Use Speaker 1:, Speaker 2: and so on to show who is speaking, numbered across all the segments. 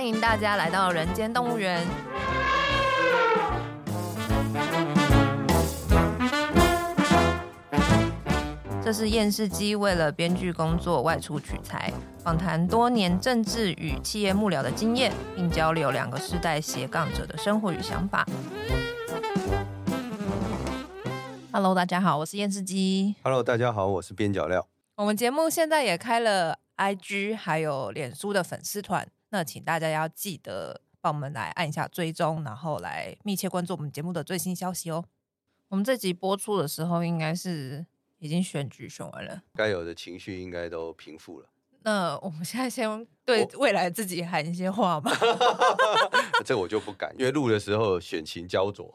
Speaker 1: 迎大家来到人间动物园。这是验视机为了编剧工作外出取材，访谈多年政治与企业幕僚的经验，并交流两个世代斜杠者的生活与想法。Hello，大家好，我是验视机。
Speaker 2: Hello，大家好，我是边角料。
Speaker 1: 我们节目现在也开了 IG 还有脸书的粉丝团，那请大家要记得帮我们来按一下追踪，然后来密切关注我们节目的最新消息哦。我们这集播出的时候，应该是已经选举选完了。
Speaker 2: 该有的情绪应该都平复了，
Speaker 1: 那我们现在先对
Speaker 2: 我
Speaker 1: 未来自己喊一些话嘛。
Speaker 2: 这我就不敢，因为录的时候选情焦灼。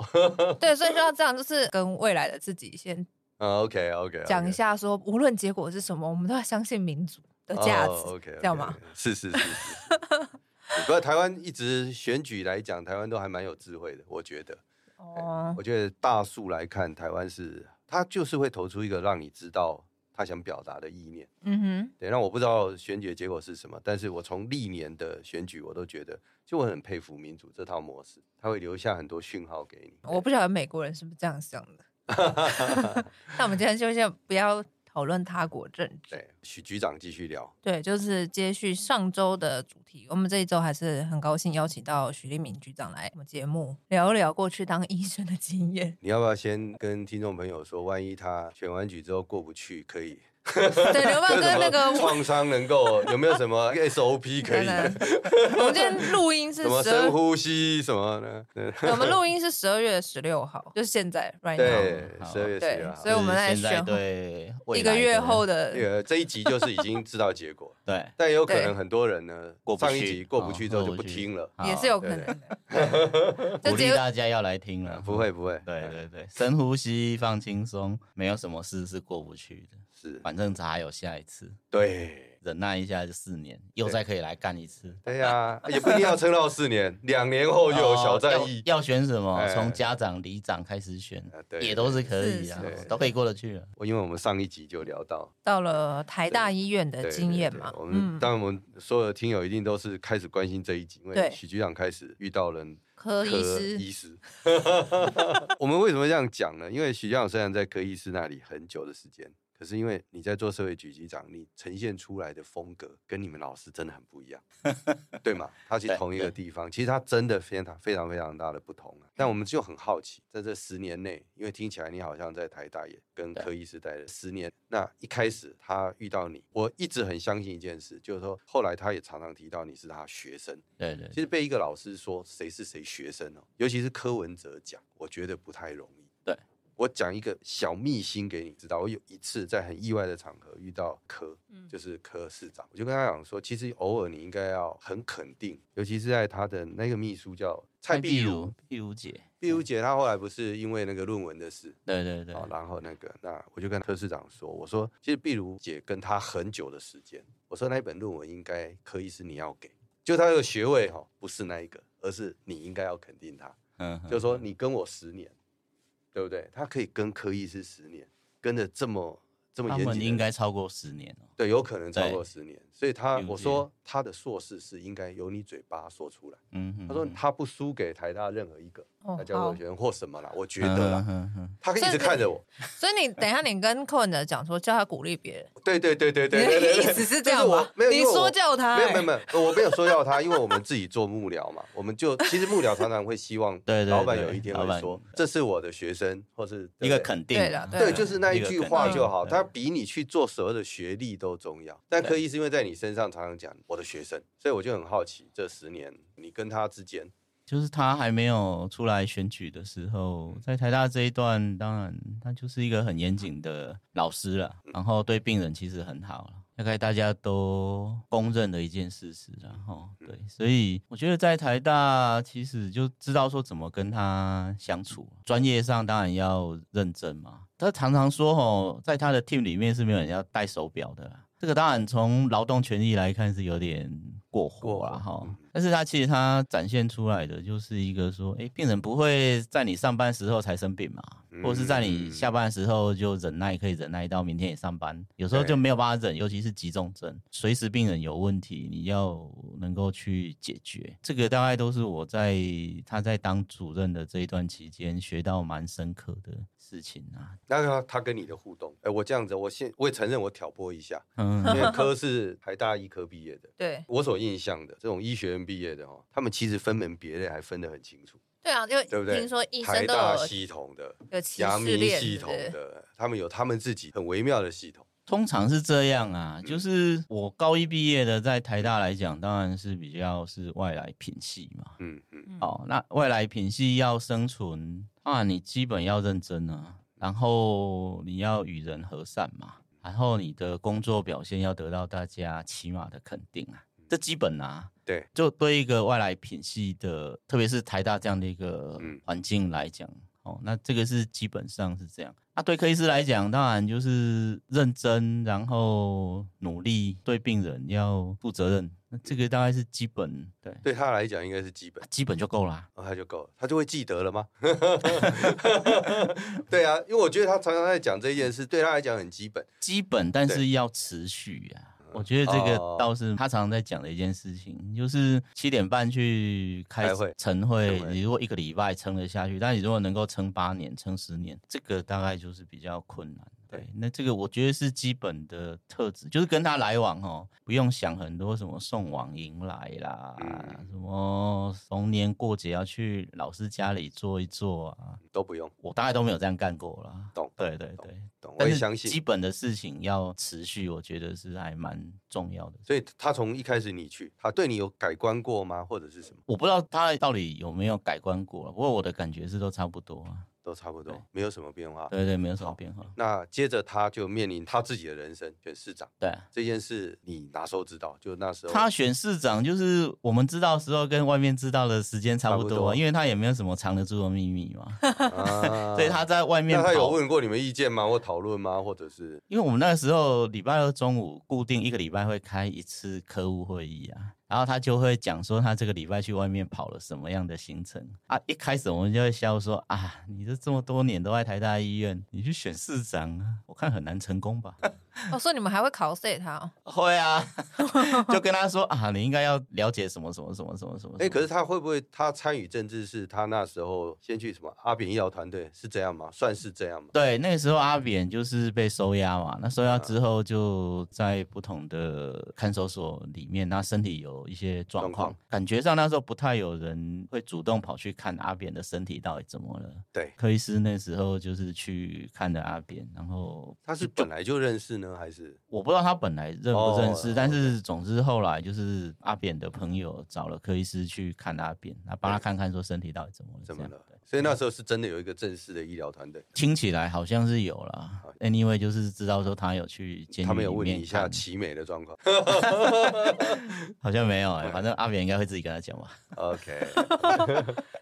Speaker 1: 对，所以说要这样，就是跟未来的自己先
Speaker 2: 啊 o k OK，
Speaker 1: 讲一下说无论结果是什么，我们都要相信民主的价值
Speaker 2: o k
Speaker 1: 这样吗？？
Speaker 2: 哦 是是是是。是不过台湾一直选举来讲，台湾都还蛮有智慧的，我觉得。
Speaker 1: 哦，
Speaker 2: 我觉得大数来看，台湾是他就是会投出一个让你知道他想表达的意念。
Speaker 1: 嗯哼，
Speaker 2: 对，那我不知道选举的结果是什么，但是我从历年的选举，我都觉得，就我很佩服民主这套模式，它会留下很多讯号给你。
Speaker 1: 我不晓得美国人是不是这样想的。 那我们今天就先不要讨论他国政治，
Speaker 2: 对，许局长继续聊。。
Speaker 1: 对，就是接续上周的主题。我们这一周还是很高兴邀请到许立明局长来我们节目聊一聊过去当医生的经验
Speaker 2: 你要不要先跟听众朋友说，万一他选完举之后过不去，可以
Speaker 1: 对，刘
Speaker 2: 有
Speaker 1: 曼哥
Speaker 2: 什
Speaker 1: 那
Speaker 2: 么
Speaker 1: 个，
Speaker 2: 创伤能够有没 有什么 SOP 可以？
Speaker 1: 我们今天录音是
Speaker 2: 什么
Speaker 1: 十二
Speaker 2: 深，呼吸什么呢？对
Speaker 1: 我们录音是十二月十六号，就是现在 right now。
Speaker 2: 对，
Speaker 3: 好
Speaker 2: 十二月
Speaker 1: 哎对
Speaker 2: 十六号
Speaker 1: 所以。我们来
Speaker 3: 就是现在
Speaker 1: 选后
Speaker 3: 对未
Speaker 1: 一个
Speaker 3: 来
Speaker 1: 月
Speaker 3: 的
Speaker 1: 后
Speaker 2: 那
Speaker 1: 的，
Speaker 2: 个这一集就是已经知道结果，
Speaker 3: 对
Speaker 2: 但也有可
Speaker 1: 对
Speaker 2: 能很多人呢，
Speaker 3: 过不
Speaker 2: 上一
Speaker 3: 去
Speaker 2: 集过不
Speaker 3: 哦
Speaker 2: 去之后就
Speaker 3: 过
Speaker 2: 不
Speaker 3: 不去
Speaker 2: 听了。
Speaker 3: 好
Speaker 1: 也是有可
Speaker 2: 对
Speaker 1: 能的。 这
Speaker 3: 鼓
Speaker 1: 结
Speaker 3: 励大家要来听
Speaker 2: 啊
Speaker 3: 了，
Speaker 2: 不会不会，
Speaker 3: 对对对，深呼吸，放轻松，没有什么事是过不去的，
Speaker 2: 是，
Speaker 3: 反正还有下一次，
Speaker 2: 对
Speaker 3: 忍耐一下就四年，又
Speaker 2: 对
Speaker 3: 再可以来干一次。
Speaker 2: 对呀，也不一定要撑到四年，两年后又有小战役
Speaker 3: 哦，要要选什么？
Speaker 2: 哎
Speaker 3: 从家长、里长开始选
Speaker 2: 啊，对
Speaker 3: 也都是可以啊
Speaker 1: 是
Speaker 2: 是，
Speaker 3: 都可以过得去了。
Speaker 2: 因为我们上一集就聊到，
Speaker 1: 到了台大医院的
Speaker 2: 对
Speaker 1: 经
Speaker 2: 对
Speaker 1: 验
Speaker 2: 对
Speaker 1: 嘛，嗯
Speaker 2: 我们当然我们所有的听友一定都是开始关心这一集，因
Speaker 1: 对
Speaker 2: 为许局长开始遇到了
Speaker 1: 科医师
Speaker 2: 医师。 我们为什么这样讲呢？因为许局长虽然在柯医师那里很久的时间。可是因为你在做社会局局长，你呈现出来的风格跟你们老师真的很不 一样，对吗？他去
Speaker 3: 对嗯
Speaker 2: 同一个地方，其实他真的非常非常非常大的不同啊。但我们就很好奇，在这十年内，因为听起来你好像在台大也跟
Speaker 3: 对
Speaker 2: 柯医师待了十年，那一开始他遇到你，我一直很相信一件事，就是说后来他也常常提到你是他学生，
Speaker 3: 对对
Speaker 2: 其实被一个老师说谁是谁学生哦，尤其是柯文哲讲，我觉得不太容易。
Speaker 3: 对，
Speaker 2: 我讲一个小秘辛给你知道，我有一次在很意外的场合遇到柯，
Speaker 3: 嗯
Speaker 2: 就是柯市长，我就跟他讲说，其实偶尔你应该要很肯定，尤其是在他的那个秘书叫蔡碧如，，
Speaker 3: 碧如姐，
Speaker 2: 碧如姐，她后来不是因为那个论文的事，
Speaker 3: 对对对，
Speaker 2: 好，然后那个，那我就跟柯市长说，我说其实碧如姐跟他很久的时间，我说那一本论文应该柯医师你要给，就他的学位哈、不是那一个，而是你应该要肯定他，
Speaker 3: 嗯，
Speaker 2: 就说你跟我十年，对不对？他可以跟柯医师十年，跟的这么这么
Speaker 3: 他
Speaker 2: 严
Speaker 3: 们
Speaker 2: 谨的，
Speaker 3: 应该超过十年哦。
Speaker 2: 对，有可能超
Speaker 3: 对
Speaker 2: 过十年，所以他
Speaker 3: 了
Speaker 2: 我
Speaker 3: 解
Speaker 2: 说他的硕士是应该由你嘴巴说出来，
Speaker 3: 嗯哼，
Speaker 2: 他说他不输给台大任何一个
Speaker 1: 哦
Speaker 2: 那教
Speaker 1: 好
Speaker 2: 授学生或什么啦，啊我觉
Speaker 3: 嗯
Speaker 2: 得啦，
Speaker 3: 哼哼
Speaker 2: 他可以一
Speaker 1: 所
Speaker 2: 直
Speaker 1: 以
Speaker 2: 看着我。
Speaker 1: 所以你等一下，你跟柯文哲讲说，叫他鼓励别人。
Speaker 2: 对对对 对对
Speaker 1: 你的
Speaker 2: 对对，
Speaker 1: 意思是这样
Speaker 2: 就
Speaker 1: 吗
Speaker 2: 我没有，
Speaker 1: 你
Speaker 2: 因为我
Speaker 1: 说教他
Speaker 2: 没有
Speaker 1: 欸
Speaker 2: 没有没有，我没有说教他，因为我们自己做幕僚嘛，我们就其实幕僚常常会希望
Speaker 3: 对对对
Speaker 2: 老板有一天
Speaker 3: 老
Speaker 2: 会
Speaker 3: 板
Speaker 2: 说这是我的学生，或是
Speaker 3: 一个。肯定
Speaker 1: 对
Speaker 3: 啊，
Speaker 1: 啦
Speaker 2: 对不对对，就是那一
Speaker 3: 个
Speaker 2: 句
Speaker 3: 肯
Speaker 2: 话
Speaker 3: 定
Speaker 2: 就好，
Speaker 3: 对
Speaker 2: 他比你去做所有的学历都重要。但
Speaker 3: 对
Speaker 2: 柯医师因为在你身上常常讲我的学生，所以我就很好奇，这十年你跟他之间，
Speaker 3: 就是他还没有出来选举的时候，在台大这一段，当然他就是一个很严谨的老师了，然后对病人其实很好了，大概大家都公认的一件事实啦，然后对，所以我觉得在台大其实就知道说怎么跟他相处，啊专业上当然要认真嘛。他常常说哦，在他的 team 里面是没有人要戴手表的啦。这个当然从劳动权益来看是有点过
Speaker 2: 过
Speaker 3: 火了
Speaker 2: 火
Speaker 3: 哈，齁
Speaker 2: 嗯
Speaker 3: 哦但是他其实他展现出来的就是一个说，哎，病人不会在你上班时候才生病嘛，或者是在你下班的时候就忍耐，可以忍耐到明天也上班。有时候就没有办法忍，尤其是急重症，随时病人有问题，你要能够去解决。这个大概都是我在他在当主任的这一段期间学到蛮深刻的事情 啊。
Speaker 2: 那他他跟你的互动，哎、我这样子，我现我也承认我挑拨一 下，因
Speaker 3: 嗯，
Speaker 2: 为科是台大医科毕业的，
Speaker 1: 对
Speaker 2: 我所印象的这种医学院毕业的哦，他们其实分门别类还分得很清楚，
Speaker 4: 对啊，就
Speaker 2: 对不对？
Speaker 4: 听说医
Speaker 2: 台
Speaker 4: 生都
Speaker 2: 大
Speaker 4: 有
Speaker 2: 系统的、
Speaker 1: 有歧
Speaker 2: 阳
Speaker 1: 视
Speaker 2: 明
Speaker 1: 链
Speaker 2: 系
Speaker 1: 对
Speaker 2: 统
Speaker 1: 不对
Speaker 2: 的，他们有他们自己很微妙的系统。
Speaker 3: 通常是这样啊，就是我高一毕业的，在台大来讲，当然是比较是外来品系嘛。
Speaker 2: 嗯嗯，
Speaker 3: 哦，那外来品系要生存啊，你基本要认真啊，然后你要与人和善嘛，然后你的工作表现要得到大家起码的肯定啊，这基本啊。
Speaker 2: 嗯对，
Speaker 3: 就对一个外来品系的，特别是台大这样的一个
Speaker 2: 嗯
Speaker 3: 环境来讲，哦，那这个是基本上是这样。那对科医师来讲，当然就是认真，然后努力，对病人要负责任，那这个大概是基本，对，
Speaker 2: 对他来讲应该是基本。
Speaker 3: 基本就够啦。
Speaker 2: 然后他就够了，他就会记得了吗？对啊，因为我觉得他常常在讲这件事，对他来讲很基本。
Speaker 3: 基本，但是要持续呀、我觉得这个
Speaker 2: 哦
Speaker 3: 倒是他常常在讲的一件事情，就是七点半去开
Speaker 2: 开会
Speaker 3: 晨会
Speaker 2: 晨，会
Speaker 3: 你如果一个礼拜撑得下去，但你如果能够撑八年、撑十年，这个大概就是比较困难。对
Speaker 2: 对，
Speaker 3: 那这个我觉得是基本的特质，就是跟他来往哦，不用想很多什么送往迎来啦，
Speaker 2: 嗯
Speaker 3: 什么逢年过节要去老师家里坐一坐啊，
Speaker 2: 都不用
Speaker 3: 我大概都没有这样干过啦。
Speaker 2: 懂
Speaker 3: 对对
Speaker 2: 懂
Speaker 3: 对，
Speaker 2: 懂，我
Speaker 3: 但
Speaker 2: 也
Speaker 3: 是
Speaker 2: 相
Speaker 3: 基
Speaker 2: 信。
Speaker 3: 本的事情要持续，我觉得是还蛮重要的。
Speaker 2: 所以他从一开始你去，他对你有改观过吗？或者是什么？
Speaker 3: 我不知道他到底有没有改观过，不过我的感觉是都差不多啊。
Speaker 2: 都差不
Speaker 3: 对
Speaker 2: 多，没有什么变化。
Speaker 3: 对对，没有什么变化。
Speaker 2: 那接着他就面临他自己的人生，选市长
Speaker 3: 对，啊
Speaker 2: 这件事，你哪时候知道？就那时候，
Speaker 3: 他选市长就是我们知道的时候跟外面知道的时间差不
Speaker 2: 差
Speaker 3: 多
Speaker 2: 不
Speaker 3: 啊，
Speaker 2: 多
Speaker 3: 因为他也没有什么藏得住的秘 密嘛，
Speaker 2: 啊
Speaker 3: 所以他在外面
Speaker 2: 那他有
Speaker 3: 跑。
Speaker 2: 问过你们意见吗？或讨论吗？或者是
Speaker 3: 因为我们那个时候礼拜二中午固定一个礼拜会开一次科务会议啊，然后他就会讲说他这个礼拜去外面跑了什么样的行程啊。一开始我们就会笑说啊，你这这么多年都在台大医院，你去选市长啊，我看很难成功吧。
Speaker 1: 哦，所以你们还会 cos 他、 哦？
Speaker 3: 会啊， 就跟他说啊，你应该要了解什么什么什么什么什么。
Speaker 2: 哎、可是他会不会他参与政治是他那时候先去什么阿扁医疗团队是这样吗？算是这样吗？
Speaker 3: 对，那个时候阿扁就是被收押嘛，那收
Speaker 2: 嗯
Speaker 3: 押之后就在不同的看守所里面，那身体有一些状
Speaker 2: 状
Speaker 3: 况
Speaker 2: 况，
Speaker 3: 感觉上那时候不太有人会主动跑去看阿扁的身体到底怎么了。
Speaker 2: 对，
Speaker 3: 柯医师那时候就是去看了阿扁，然后
Speaker 2: 他是本来就认识呢，还是
Speaker 3: 我不知道他本来认不认识，
Speaker 2: 哦
Speaker 3: 但是总之后来就是阿扁的朋友找了柯医师去看阿扁，那帮他
Speaker 2: 对
Speaker 3: 看看说身体到底怎么了，
Speaker 2: 怎么
Speaker 3: 这样
Speaker 2: 了？所以那时候是真的有一个正式的医疗团队，
Speaker 3: 听起来好像是有啦。Anyway，就是知道说他有去监狱
Speaker 2: 他们有
Speaker 3: 里
Speaker 2: 问
Speaker 3: 面
Speaker 2: 你一下
Speaker 3: 看
Speaker 2: 奇美的状 况。
Speaker 3: 好像没有哎、反正阿扁应该会自己跟他讲吧。
Speaker 2: OK，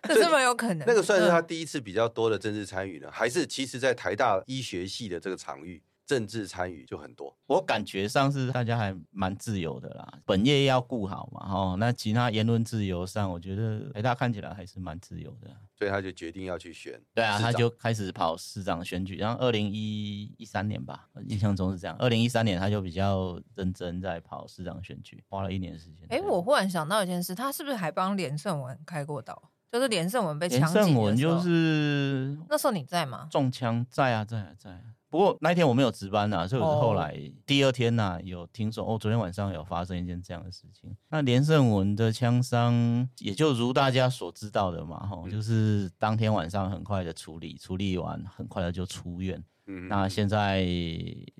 Speaker 1: 这是蛮有可能的。
Speaker 2: 那个算是
Speaker 1: 嗯
Speaker 2: 他第一次比较多的政治参与呢，还是其实在台大医学系的这个场域，政治参与就很多。
Speaker 3: 我感觉上是大家还蛮自由的啦，本业要顾好嘛，哦，那其他言论自由上，我觉得台大看起来还是蛮自由的。
Speaker 2: 所以他就决定要去选市长。
Speaker 3: 对啊，他就开始跑市长选举，然后二零一一三年吧，印象中是这样。二零一三年他就比较认真在跑市长选举，花了一年时间。
Speaker 1: 哎、我忽然想到一件事，他是不是还帮连胜文开过刀？就是连胜文被
Speaker 3: 连
Speaker 1: 枪击的
Speaker 3: 胜文
Speaker 1: 时
Speaker 3: 就
Speaker 1: 候
Speaker 3: 是
Speaker 1: 那时候你在吗？
Speaker 3: 中枪，在啊，在啊，在啊。不过那一天我没有值班啊，所以我是
Speaker 1: 哦
Speaker 3: 后来、第二天呐、有听说哦，昨天晚上有发生一件这样的事情。那连胜文的枪伤也就如大家所知道的嘛，吼、
Speaker 2: 嗯
Speaker 3: 就是当天晚上很快的处理，处理完很快的就出院。
Speaker 2: 嗯
Speaker 3: 那现在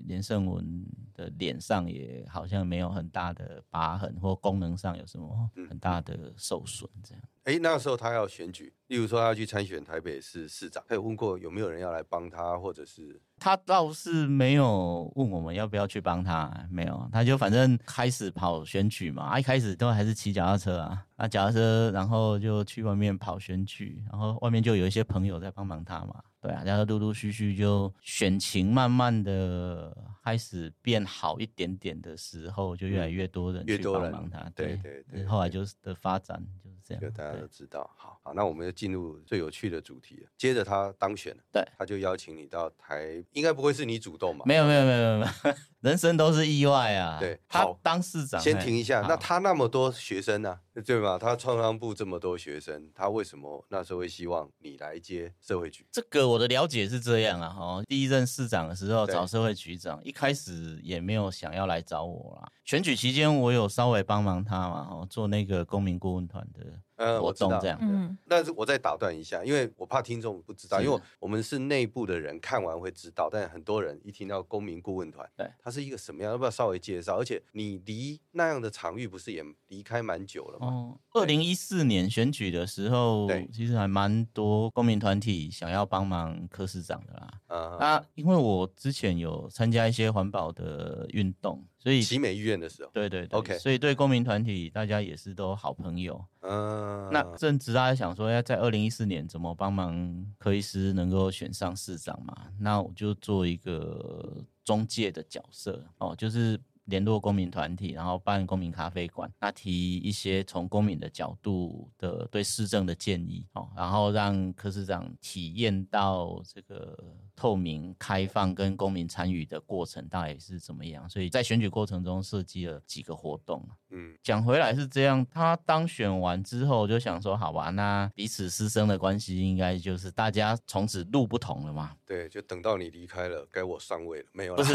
Speaker 3: 连胜文的脸上也好像没有很大的疤痕，或功能上有什么
Speaker 2: 嗯
Speaker 3: 很大的受损，这样。
Speaker 2: 哎，那时候他要选举，例如说他要去参选台北市市长，他有问过有没有人要来帮他，或者是
Speaker 3: 他倒是没有问我们要不要去帮他，没有，他就反正开始跑选举嘛，啊，一开始都还是骑脚踏车啊，那脚踏车，然后就去外面跑选举，然后外面就有一些朋友在帮忙他嘛，对啊，然后陆陆续续就选情慢慢的开始变好一点点的时候，就越来越多人
Speaker 2: 越
Speaker 3: 去
Speaker 2: 多
Speaker 3: 帮
Speaker 2: 人
Speaker 3: 忙他。
Speaker 2: 对对对
Speaker 3: 后来
Speaker 2: 对
Speaker 3: 就是的发展就是这样。
Speaker 2: 这个大家都
Speaker 3: 对
Speaker 2: 知道。好，好，那我们就进入最有趣的主题了。接着他当选了，
Speaker 3: 对，
Speaker 2: 他就邀请你到台，应该不会是你主动吧？
Speaker 3: 没有没有没有没有没有，人生都是意外啊。
Speaker 2: 对
Speaker 3: 他
Speaker 2: 好
Speaker 3: 当市长
Speaker 2: 先
Speaker 3: 嘿
Speaker 2: 停一下，那
Speaker 3: 好
Speaker 2: 他那么多学生呢、对吧？他创伤部这么多学生，他为什么那时候会希望你来接社会局？
Speaker 3: 这个我的了解是这样啊，哈，第一任市长的时候
Speaker 2: 对
Speaker 3: 找社会局长，一开始也没有想要来找我啦。选举期间我有稍微帮忙他嘛，哈，做那个公民顾问团的
Speaker 2: 嗯，
Speaker 3: 活
Speaker 2: 我知道
Speaker 3: 动这。样。哦
Speaker 1: 嗯，
Speaker 2: 但是我再打断一下，因为我怕听众不知道，
Speaker 3: 是
Speaker 2: 因为我们是内部的人看完会知道，但很多人一听到公民顾问团，
Speaker 3: 对
Speaker 2: 它是一个什么样？要不要稍微介绍？而且你离那样的场域不是也离开蛮久了吗？
Speaker 3: 哦，二零一四年选举的时候
Speaker 2: 对，
Speaker 3: 其实还蛮多公民团体想要帮忙柯市长的啦。
Speaker 2: 啊、
Speaker 3: 啊，因为我之前有参加一些环保的运动，所以
Speaker 2: 奇美医院的时候，
Speaker 3: 对对对
Speaker 2: OK
Speaker 3: 所以对公民团体大家也是都好朋友。
Speaker 2: 嗯，
Speaker 3: 那正值大家想说要哎在二零一四年怎么帮忙柯医师能够选上市长嘛，那我就做一个中介的角色哦，就是联络公民团体，然后办公民咖啡馆，那提一些从公民的角度的对市政的建议哦，然后让柯市长体验到这个透明、开放跟公民参与的过程到底是怎么样，所以在选举过程中设计了几个活动。
Speaker 2: 嗯
Speaker 3: 讲回来是这样，他当选完之后就想说，好吧，那彼此师生的关系应该就是大家从此路不同了嘛。
Speaker 2: 对，就等到你离开了，该我上位了，没有
Speaker 3: 不
Speaker 2: 了。
Speaker 3: 是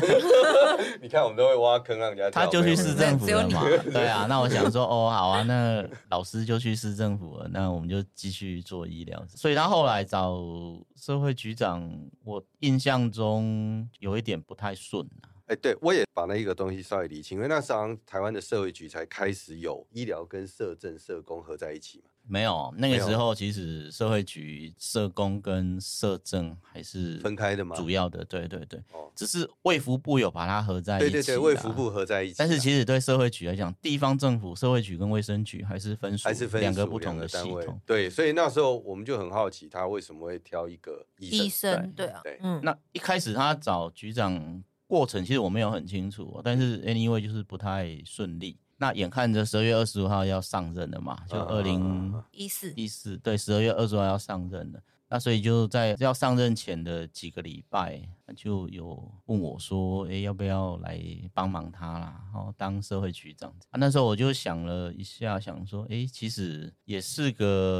Speaker 3: 不 是，
Speaker 2: 你看我们都会挖坑让人家跳，
Speaker 3: 他就
Speaker 2: 没
Speaker 3: 去
Speaker 2: 有
Speaker 3: 市
Speaker 2: 人
Speaker 3: 政府
Speaker 1: 只有
Speaker 3: 了
Speaker 1: 你
Speaker 3: 嘛。对啊，那我想说，哦，好啊，那老师就去市政府了，那我们就继续做医疗。所以他后来找社会局长，我印象中有一点不太顺啊。
Speaker 2: 哎、对我也把那一个东西稍微理清，因为那时候好像台湾的社会局才开始有医疗跟社政社工合在一起嘛，
Speaker 3: 没有，那
Speaker 2: 没
Speaker 3: 个
Speaker 2: 有
Speaker 3: 时候其实社会局社工跟社政还是
Speaker 2: 分开的嘛。
Speaker 3: 主要的，对对对，
Speaker 2: 哦
Speaker 3: 只是卫福部有把它合在一起、
Speaker 2: 对对对，卫福。部合在一起啦，
Speaker 3: 但是其实对社会局来讲，地方政府、社会局跟卫生局还是分属
Speaker 2: 还是分
Speaker 3: 两个
Speaker 2: 属
Speaker 3: 不同的系
Speaker 2: 单位
Speaker 3: 统。。
Speaker 2: 对，所以那时候我们就很好奇，他为什么会挑一个
Speaker 1: 医
Speaker 2: 医生？
Speaker 1: 生对啊
Speaker 2: 对，
Speaker 1: 嗯，
Speaker 3: 那一开始他找局长过程，其实我没有很清楚哦，但是 anyway 就是不太顺利。那眼看着十二月二十五号要上任了嘛，就
Speaker 2: 嗯
Speaker 3: 二零
Speaker 1: 医师
Speaker 3: 一四对，十二月二十号要上任了。那所以就在要上任前的几个礼拜，他就有问我说：“诶，要不要来帮忙他啦？哦，当社会局长。啊”那时候我就想了一下，想说：“诶，其实也是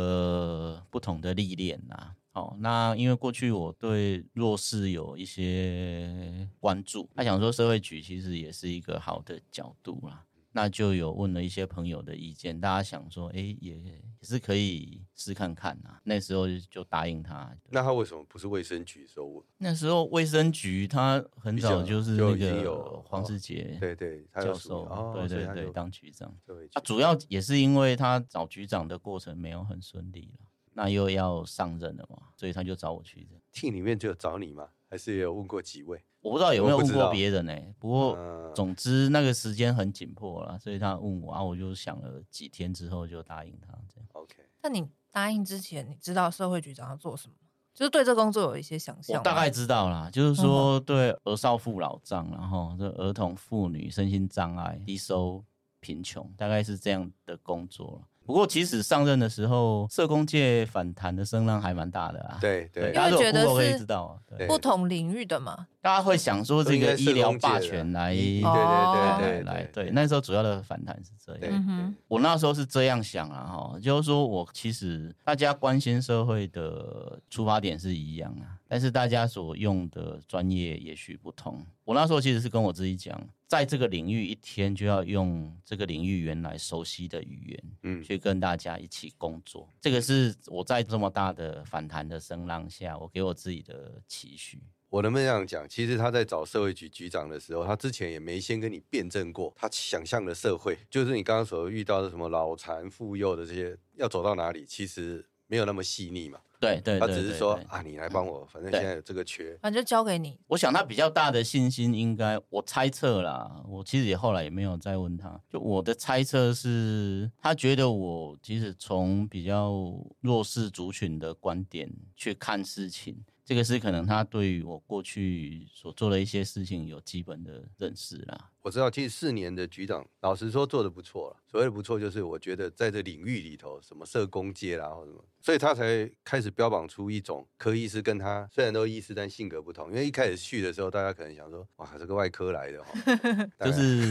Speaker 3: 个不同的历练呐。”哦，那因为过去我对弱势有一些关注，他想说社会局其实也是一个好的角度啦。那就有问了一些朋友的意见，大家想说，哎、也也是可以试看看啊。那时候就就答应他。
Speaker 2: 那他为什么不是卫生局收我？
Speaker 3: 那时候卫生局他很早就是
Speaker 2: 就
Speaker 3: 那
Speaker 2: 已经有哦
Speaker 3: 个黄世杰
Speaker 2: 对对，他
Speaker 3: 嗯教
Speaker 2: 有属于
Speaker 3: 授，
Speaker 2: 哦，
Speaker 3: 对
Speaker 2: 所以
Speaker 3: 对
Speaker 2: 他
Speaker 3: 对
Speaker 2: 就，
Speaker 3: 当局长。
Speaker 2: 社会局
Speaker 3: 啊，主要也是因为他找局长的过程没有很顺利了，那又要上任了嘛，所以他就找我去的。
Speaker 2: team 里面只有找你吗？还是也有问过几位？
Speaker 3: 我不知道有没有
Speaker 2: 我不
Speaker 3: 问
Speaker 2: 知
Speaker 3: 过
Speaker 2: 道
Speaker 3: 别人呢、不过
Speaker 2: 嗯
Speaker 3: 总之那个时间很紧迫了，所以他问我啊，我就想了几天之后就答应他这样。
Speaker 2: OK，
Speaker 1: 那你答应之前，你知道社会局长要做什么吗？就是对这工作有一些想象
Speaker 3: 我
Speaker 1: 吗，嗯
Speaker 3: 大概知道啦，就是说对儿少妇老障，然后这儿童妇女身心障碍、低收贫穷，大概是这样的工作了。不过其实上任的时候，社工界反弹的声浪还蛮大的啊。
Speaker 2: 对对，
Speaker 3: 大家如
Speaker 1: 因为觉
Speaker 3: 果
Speaker 1: 得
Speaker 3: Google 可
Speaker 1: 是
Speaker 3: 以知道啊。对
Speaker 2: 对
Speaker 1: 不同领域的嘛，
Speaker 3: 大家会想说这个医疗霸权来
Speaker 2: 对
Speaker 1: 哦
Speaker 2: 嗯对对对
Speaker 3: 来来对，那时候主要的反弹是这
Speaker 2: 对
Speaker 3: 样。
Speaker 1: 嗯哼
Speaker 3: 我那时候是这样想啊，哈，就是说我其实大家关心社会的出发点是一样啊，但是大家所用的专业也许不同。我那时候其实是跟我自己讲，在这个领域一天就要用这个领域原来熟悉的语言，
Speaker 2: 嗯
Speaker 3: 去跟大家一起工作。这个是我在这么大的反弹的声浪下，我给我自己的期许。
Speaker 2: 我能不能这样讲？其实他在找社会局局长的时候，他之前也没先跟你辩证过他想象的社会，就是你刚刚所遇到的什么老残妇幼的这些，要走到哪里，其实没有那么细腻嘛。
Speaker 3: 对对，
Speaker 2: 他
Speaker 3: 对
Speaker 2: 只是
Speaker 3: 对
Speaker 2: 说
Speaker 3: 对
Speaker 2: 啊，你来帮我，反正
Speaker 3: 对
Speaker 2: 现在有这个缺，
Speaker 1: 反正就交给你。
Speaker 3: 我想他比较大的信心应该，我猜测啦，我其实也后来也没有再问他，就我的猜测是，他觉得我其实从比较弱势族群的观点去看事情，这个是可能他对于我过去所做的一些事情有基本的认识啦。
Speaker 2: 我知道，其实四年的局长，老实说做的不错了。所谓的不错，就是我觉得在这领域里头，什么社工界啦，或什么，所以他才开始标榜出一种柯医师跟他虽然都是医师，但性格不同。因为一开始去的时候，大家可能想说，哇，这个外科来 的哦，大概
Speaker 3: 就是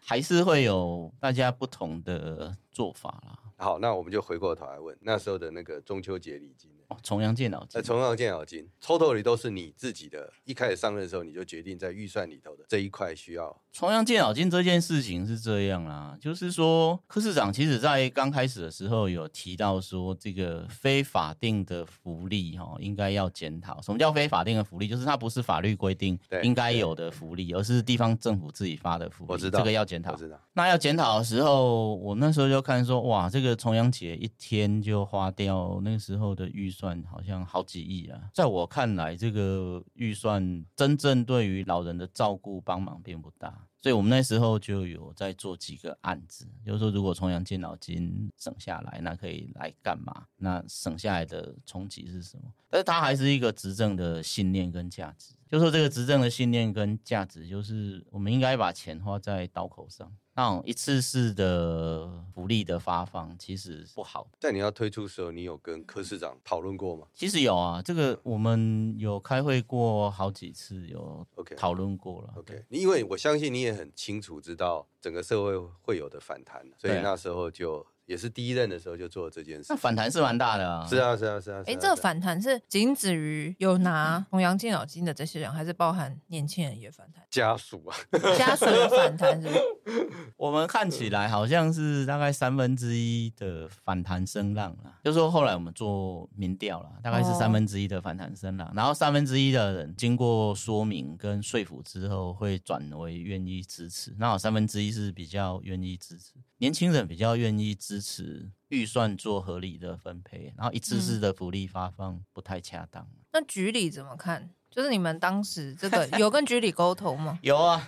Speaker 3: 还是会有大家不同的做法啦。
Speaker 2: 好。那我们就回过头来问，那时候的那个中秋节礼金呢，
Speaker 3: 哦，重阳敬老金
Speaker 2: 那，崇尚健脑金抽头里都是你自己的，一开始上任的时候你就决定在预算里头的这一块需要
Speaker 3: 重阳敬老金这件事情是这样啦，就是说柯市长其实在刚开始的时候有提到说，这个非法定的福利哈、哦、应该要检讨。什么叫非法定的福利？就是它不是法律规定
Speaker 2: 对
Speaker 3: 应该有的福利，而是地方政府自己发的福利。
Speaker 2: 我知道
Speaker 3: 这个要检讨
Speaker 2: 我。知道，
Speaker 3: 那要检讨的时候，我那时候就看说，哇，这个重阳节一天就花掉那个时候的预算，好像好几亿啊。在我看来，这个预算真正对于老人的照顾帮忙并不大，所以我们那时候就有在做几个案子，就是说如果重阳敬老金省下来，那可以来干嘛？那省下来的冲击是什么？但是它还是一个执政的信念跟价值，就说这个执政的信念跟价值，就是我们应该把钱花在刀口上。那种一次式的福利的发放其实不好。
Speaker 2: 在你要推出的时候，你有跟柯市长讨论过吗
Speaker 3: 其实有啊，这个我们有开会过好几次，有
Speaker 2: ？OK，
Speaker 3: 讨论过了。
Speaker 2: OK，你因为我相信你也很清楚知道整个社会会有的反弹，所以
Speaker 3: 对啊
Speaker 2: 那时候就也是第一任的时候就做了这件事
Speaker 3: 那。反弹是蛮大的啊。
Speaker 2: 是，啊，是啊，是啊。
Speaker 1: 哎、
Speaker 2: 是啊
Speaker 1: 这个
Speaker 2: 是啊？
Speaker 1: 反弹是仅止于有拿弘扬敬老金的这些人，还是包含年轻人也反弹
Speaker 2: 家属啊，
Speaker 1: 家属也反弹是不是？
Speaker 3: 我们看起来好像是大概三分之一的反弹声浪啦，就是说后来我们做民调啦，大概是
Speaker 1: 哦
Speaker 3: 三分之一的反弹声浪，然后三分之一的人经过说明跟说服之后，会转为愿意支持，那有三分之一是比较愿意支持，年轻人比较愿意支持预算做合理的分配，然后一次次的福利发放不太恰当。
Speaker 1: 那局里怎么看？就是你们当时这 个有跟局里沟通吗？
Speaker 3: 有啊，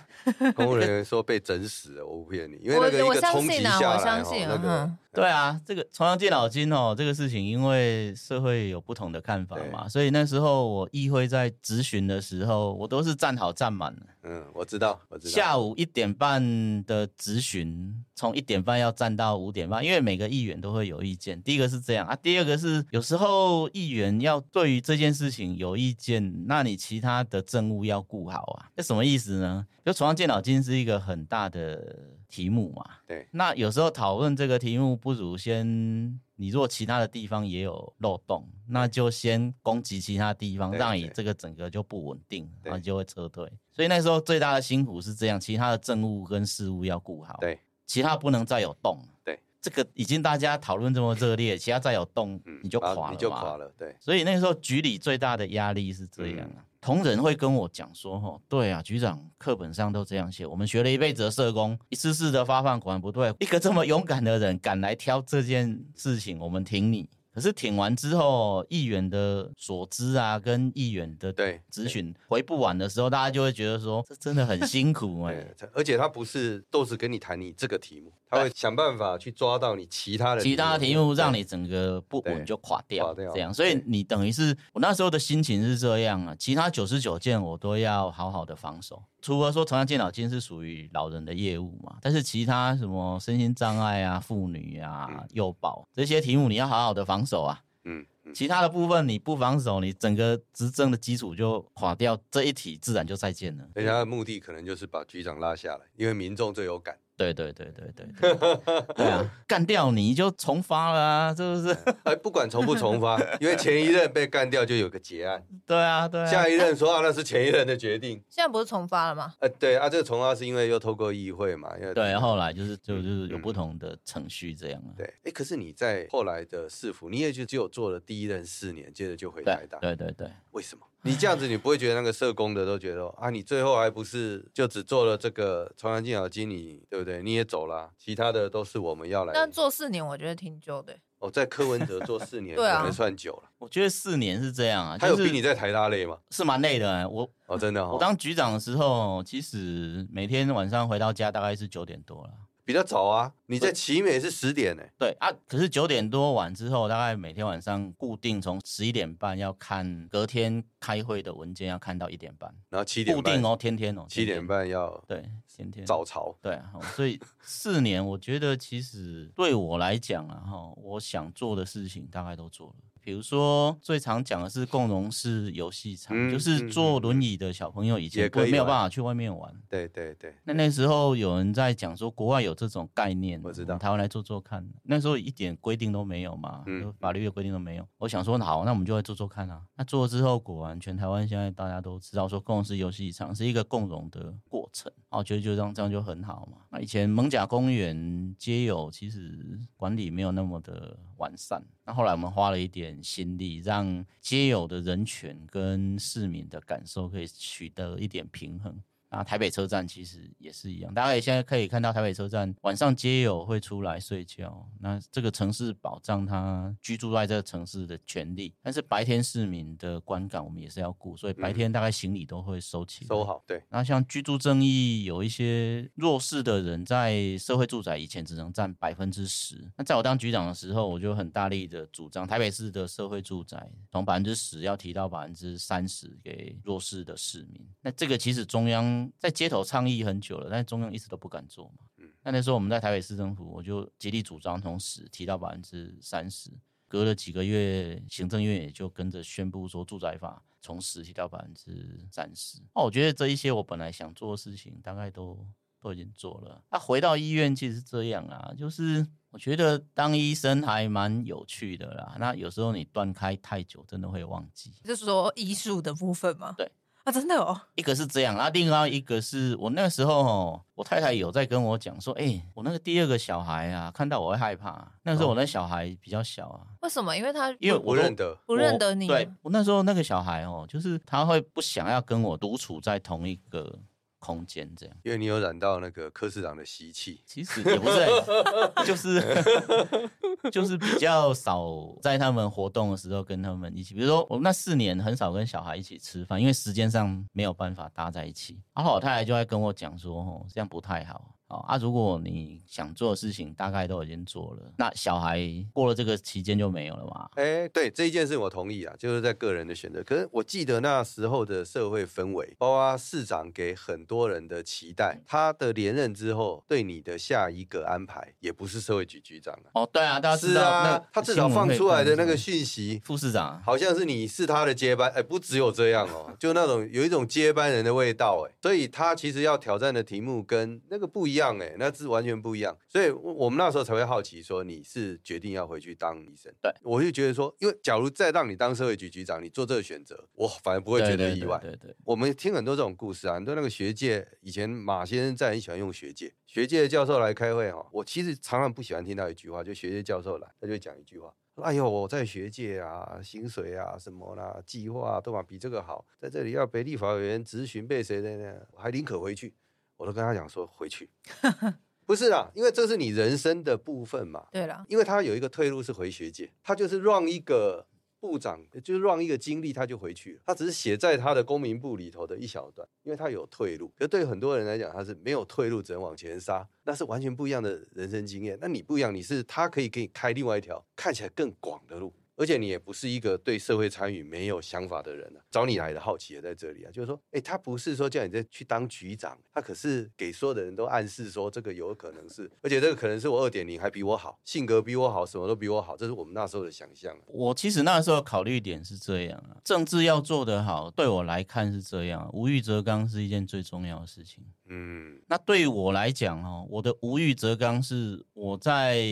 Speaker 2: 公务人员说被整死了，我不骗你，因为
Speaker 1: 我
Speaker 2: 那个
Speaker 1: 我
Speaker 2: 一个
Speaker 1: 相
Speaker 2: 冲击
Speaker 1: 信啊
Speaker 2: 下
Speaker 1: 我
Speaker 2: 来
Speaker 1: 相
Speaker 2: 哈，
Speaker 1: 信啊
Speaker 2: 那个
Speaker 1: 嗯
Speaker 3: 对啊，这个重阳敬老金哦，这个事情因为社会有不同的看法嘛，所以那时候我议会在质询的时候，我都是站好站满的。
Speaker 2: 嗯，我知道，我知道。
Speaker 3: 下午一点半的质询，从一点半要站到五点半，因为每个议员都会有意见。第一个是这样啊，第二个是有时候议员要对于这件事情有意见，那你其他的政务要顾好啊。这什么意思呢？就重阳健脑金是一个很大的题目嘛，
Speaker 2: 对，
Speaker 3: 那有时候讨论这个题目，不如先你若其他的地方也有漏洞，那就先攻击其他地方，
Speaker 2: 对
Speaker 3: 让你
Speaker 2: 对
Speaker 3: 这个整个就不稳定，
Speaker 2: 对
Speaker 3: 然后就会撤退。所以那时候最大的辛苦是这样，其他的政务跟事务要顾好，
Speaker 2: 对，
Speaker 3: 其他不能再有洞。
Speaker 2: 对，
Speaker 3: 这个已经大家讨论这么热烈，其他再有洞
Speaker 2: 嗯，
Speaker 3: 你就
Speaker 2: 然
Speaker 3: 垮
Speaker 2: 后
Speaker 3: 了嘛，
Speaker 2: 你就垮了，对，
Speaker 3: 所以那时候局里最大的压力是这样啊，同仁会跟我讲说，吼，对啊，局长课本上都这样写，我们学了一辈子的社工，一次次的发放果然不对，一个这么勇敢的人敢来挑这件事情，我们挺你。可是挺完之后，议员的所知啊，跟议员的
Speaker 2: 对
Speaker 3: 咨询回不完的时候，大家就会觉得说，这真的很 辛苦哎、
Speaker 2: 对，而且他不是都是跟你谈你这个题目，他会想办法去抓到你其他的
Speaker 3: 其他题目让
Speaker 2: 对
Speaker 3: 你整个不
Speaker 2: 对
Speaker 3: 稳就垮掉，
Speaker 2: 垮掉
Speaker 3: 这样，所以
Speaker 2: 对
Speaker 3: 你等于是我那时候的心情是这样啊，其他九十九件我都要好好的防守，除了说重阳健脑金是属于老人的业务嘛，但是其他什么身心障碍啊、妇女啊
Speaker 2: 嗯、
Speaker 3: 幼保这些题目你要好好的防守啊，
Speaker 2: 嗯嗯，
Speaker 3: 其他的部分你不防守，你整个执政的基础就垮掉，这一题自然就再见了。
Speaker 2: 而且他的目的可能就是把局长拉下来，因为民众最有感。
Speaker 3: 对对对对对对， 对啊，干掉你就重发了啊，是不是？
Speaker 2: 哎，不管重不重发，因为前一任被干掉就有个结案，
Speaker 3: 对啊，对啊。
Speaker 2: 下一任说啊那是前一任的决定。
Speaker 1: 现在不是重发了吗？
Speaker 2: 呃，对啊，这个重发是因为又透过议会嘛，因为
Speaker 3: 对，后来就是就
Speaker 2: 嗯
Speaker 3: 就是有
Speaker 2: 嗯
Speaker 3: 不同的程序这样啊。
Speaker 2: 对，哎，可是你在后来的市府，你也就只有做了第一任四年，接着就回台大，
Speaker 3: 对对对，
Speaker 2: 为什么？你这样子，你不会觉得那个社工的都觉得啊，你最后还不是就只做了这个重阳敬老金，你对不对？你也走了啊，其他的都是我们要来。
Speaker 1: 那做四年我觉得挺久的，
Speaker 2: 哦，在柯文哲做四年，
Speaker 1: 对啊
Speaker 2: 可能算久了。
Speaker 3: 我觉得四年是这样啊，
Speaker 2: 他有
Speaker 3: 就是
Speaker 2: 比你在台大累吗？
Speaker 3: 是蛮累的、欸我
Speaker 2: 哦，真的哦，
Speaker 3: 我当局长的时候，其实每天晚上回到家大概是九点多了。
Speaker 2: 比较早啊。你在奇美是十点呢、
Speaker 3: 对啊，可是九点多晚之后，大概每天晚上固定从十一点半要看隔天开会的文件，要看到一点半，
Speaker 2: 然后七点
Speaker 3: 固
Speaker 2: 半
Speaker 3: 定，哦，天天哦，
Speaker 2: 七
Speaker 3: 天
Speaker 2: 点
Speaker 3: 天，
Speaker 2: 半要
Speaker 3: 对，天天
Speaker 2: 早朝。
Speaker 3: 对啊，齁 所以四年，我觉得其实对我来讲啊，哈，我想做的事情大概都做了。比如说，最常讲的是共融式游戏场，
Speaker 2: 嗯
Speaker 3: 就是
Speaker 2: 嗯
Speaker 3: 坐
Speaker 2: 嗯
Speaker 3: 轮椅的小朋友以
Speaker 2: 也
Speaker 3: 前
Speaker 2: 可
Speaker 3: 不
Speaker 2: 以
Speaker 3: 没有
Speaker 2: 玩
Speaker 3: 办法去外面玩。
Speaker 2: 对对对，
Speaker 3: 那那时候有人在讲说，国外有这种概念，
Speaker 2: 我知道
Speaker 3: 们台湾来做做看。啊那时候一点规定都没有嘛，
Speaker 2: 嗯
Speaker 3: 就法律的规定都没有。我想说，好，那我们就来做做看啊。那做了之后，果然全台湾现在大家都知道说，共识游戏场是一个共融的过程。哦，觉得就这样，这样就很好嘛。那以前蒙甲公园街友其实管理没有那么的完善，那后来我们花了一点心力，让街友的人权跟市民的感受可以取得一点平衡。啊，台北车站其实也是一样，大家也现在可以看到台北车站晚上街友会出来睡觉，那这个城市保障他居住在这个城市的权利，但是白天市民的观感我们也是要顾，所以白天大概行李都会收起来
Speaker 2: 嗯收。好。对，
Speaker 3: 那像居住正义，有一些弱势的人在社会住宅以前只能占百分之十。那在我当局长的时候，我就很大力的主张，台北市的社会住宅从百分之十要提到百分之三十给弱势的市民。那这个其实中央在街头倡议很久了，但中央一直都不敢做嘛。那那时候我们在台北市政府，我就极力主张从十提到百分之三十。隔了几个月，行政院也就跟着宣布说，住宅法从十提到百分之三十。哦，我觉得这一些我本来想做的事情，大概都都已经做了。那、回到医院，其实是这样啊，就是我觉得当医生还蛮有趣的啦。那有时候你断开太久，真的会忘记。
Speaker 1: 就是说医术的部分嘛。
Speaker 3: 对
Speaker 1: 啊，真的哦，
Speaker 3: 一个是这样，然后另外一个是我那时候哦，我太太有在跟我讲说，哎、我那个第二个小孩啊，看到我会害怕。那时候我那小孩比较小啊，
Speaker 1: 为什么？因为他
Speaker 3: 因为
Speaker 2: 不
Speaker 3: 我都
Speaker 2: 认得。
Speaker 1: 不认得你，
Speaker 3: 我对我那时候那个小孩哦，就是他会不想要跟我独处在同一个空间这样。
Speaker 2: 因为你有染到那个柯市长的习气，
Speaker 3: 其实也不是很， 就是就是比较少在他们活动的时候跟他们一起。比如说，我那四年很少跟小孩一起吃饭，因为时间上没有办法搭在一起。然后我太太就在跟我讲说，哦，这样不太好。哦啊，如果你想做的事情大概都已经做了，那小孩过了这个期间就没有了嘛。
Speaker 2: 哎、对这一件事我同意啊，就是在个人的选择。可是我记得那时候的社会氛围，包括市长给很多人的期
Speaker 3: 嗯
Speaker 2: 待，他的连任之后对你的下一个安排，也不是社会局局长啊，
Speaker 3: 哦，对啊，大家知
Speaker 2: 是
Speaker 3: 道，
Speaker 2: 啊
Speaker 3: 那，
Speaker 2: 他至少放出来的那个
Speaker 3: 新
Speaker 2: 讯息
Speaker 3: 闻会看一下，副市长啊，
Speaker 2: 好像是你是他的接班，哎、不只有这样 哦，就那种有一种接班人的味道，哎，所以他其实要挑战的题目跟那个不一样，哎，那是完全不一样，所以我我们那时候才会好奇说你是决定要回去当医生，
Speaker 3: 对，
Speaker 2: 我就觉得说，因为假如再让你当社会局局长，你做这个选择，我反而不会觉得
Speaker 3: 对
Speaker 2: 意外，
Speaker 3: 对对对对
Speaker 2: 我们听很多这种故事啊，很多那个学界，以前马先生在很喜欢用学界，学界的教授来开会哈、我其实常常不喜欢听到一句话，就学界教授来，他就会讲一句话。说哎呦，我在学界啊，薪水啊，什么啦，计划啊，都嘛比这个好。在这里要被立法委员质询，被谁的呢？我还宁可回去。我都跟他讲说回去，不是啦，因为这是你人生的部分嘛。
Speaker 1: 对了，
Speaker 2: 因为他有一个退路是回学界，他就是让一个部长，就是让一个经历，他就回去了。他只是写在他的公民部里头的一小段，因为他有退路。可对很多人来讲，他是没有退路，只能往前杀，那是完全不一样的人生经验。那你不一样，你是他可以给你开另外一条看起来更广的路。而且你也不是一个对社会参与没有想法的人啊，找你来的好奇也在这里啊，就是说，哎、他不是说叫你再去当局长，他可是给所有的人都暗示说这个有可能是，而且这个可能是我二点零还比我好，性格比我好，什么都比我好，这是我们那时候的想象啊、
Speaker 3: 我其实那时候考虑点是这样啊，政治要做得好，对我来看是这样啊，无欲则刚是一件最重要的事情。
Speaker 2: 嗯，
Speaker 3: 那对我来讲哦，我的无欲则刚是我在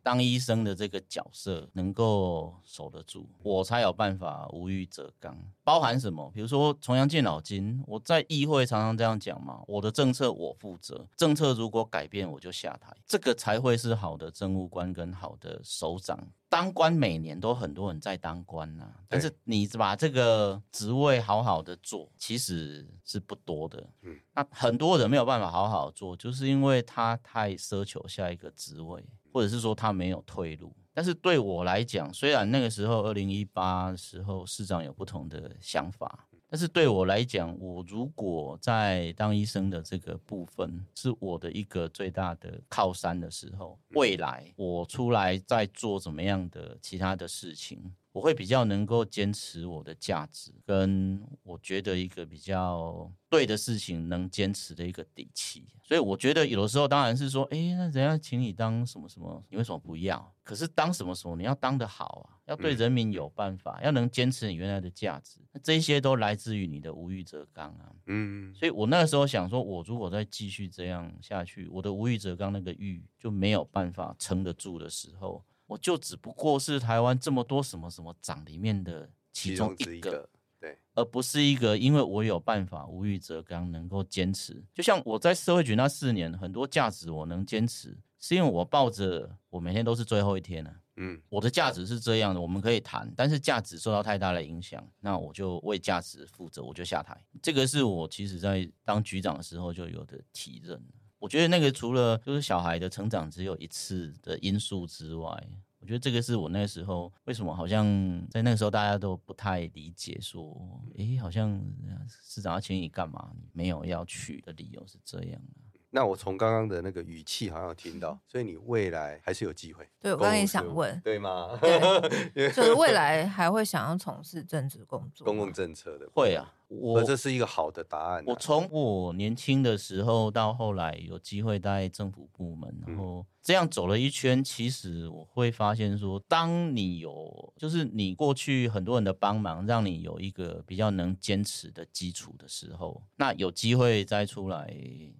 Speaker 3: 当医生的这个角色能够守得住，我才有办法无欲则刚。包含什么？比如说重阳敬老金，我在议会常常这样讲嘛，我的政策我负责，政策如果改变我就下台，这个才会是好的政务官跟好的首长。当官每年都很多人在当官呐、但是你把这个职位好好的做，其实是不多的。那很多人没有办法好好做，就是因为他太奢求下一个职位。或者是说他没有退路。但是对我来讲，虽然那个时候二零一八时候市长有不同的想法，但是对我来讲，我如果在当医生的这个部分是我的一个最大的靠山的时候，未来我出来再做怎么样的其他的事情，我会比较能够坚持我的价值，跟我觉得一个比较对的事情能坚持的一个底气。所以我觉得有的时候当然是说，诶，那人家请你当什么什么，你为什么不要？可是当什么什么，你要当的好啊，要对人民有办法，要能坚持你原来的价值，那这些都来自于你的无欲则刚啊。
Speaker 2: 嗯，
Speaker 3: 所以我那个时候想说，我如果再继续这样下去，我的无欲则刚那个欲就没有办法撑得住的时候，我就只不过是台湾这么多什么什么长里面的其
Speaker 2: 其
Speaker 3: 中
Speaker 2: 中之
Speaker 3: 一
Speaker 2: 一
Speaker 3: 个，
Speaker 2: 个，对，
Speaker 3: 而不是一个因为我有办法无欲则刚能够坚持。就像我在社会局那四年，很多价值我能坚持，是因为我抱着我每天都是最后一天啊。
Speaker 2: 嗯
Speaker 3: 我的价值是这样的，我们可以谈，但是价值受到太大的影响，那我就为价值负责，我就下台。这个是我其实在当局长的时候就有的体认。我觉得那个除了就是小孩的成长只有一次的因素之外，我觉得这个是我那时候为什么好像在那个时候大家都不太理解说，诶，好像呃市长要请你干嘛，你没有要去的理由是这样啊。
Speaker 2: 那我从刚刚的那个语气好像有听
Speaker 3: 嗯
Speaker 2: 到，所以你未来还是有机会。
Speaker 1: 对我刚刚也
Speaker 2: 公务
Speaker 1: 想
Speaker 2: 事务
Speaker 1: 问
Speaker 2: 对吗？
Speaker 1: 就是未来还会想要从事政治工作吗，
Speaker 2: 公共政策的
Speaker 3: 会啊，
Speaker 2: 部分，
Speaker 3: 我
Speaker 2: 而这是一个好的答案啊。
Speaker 3: 我从我年轻的时候到后来有机会待政府部门，然后这样走了一圈，其实我会发现说，当你有就是你过去很多人的帮忙，让你有一个比较能坚持的基础的时候，那有机会再出来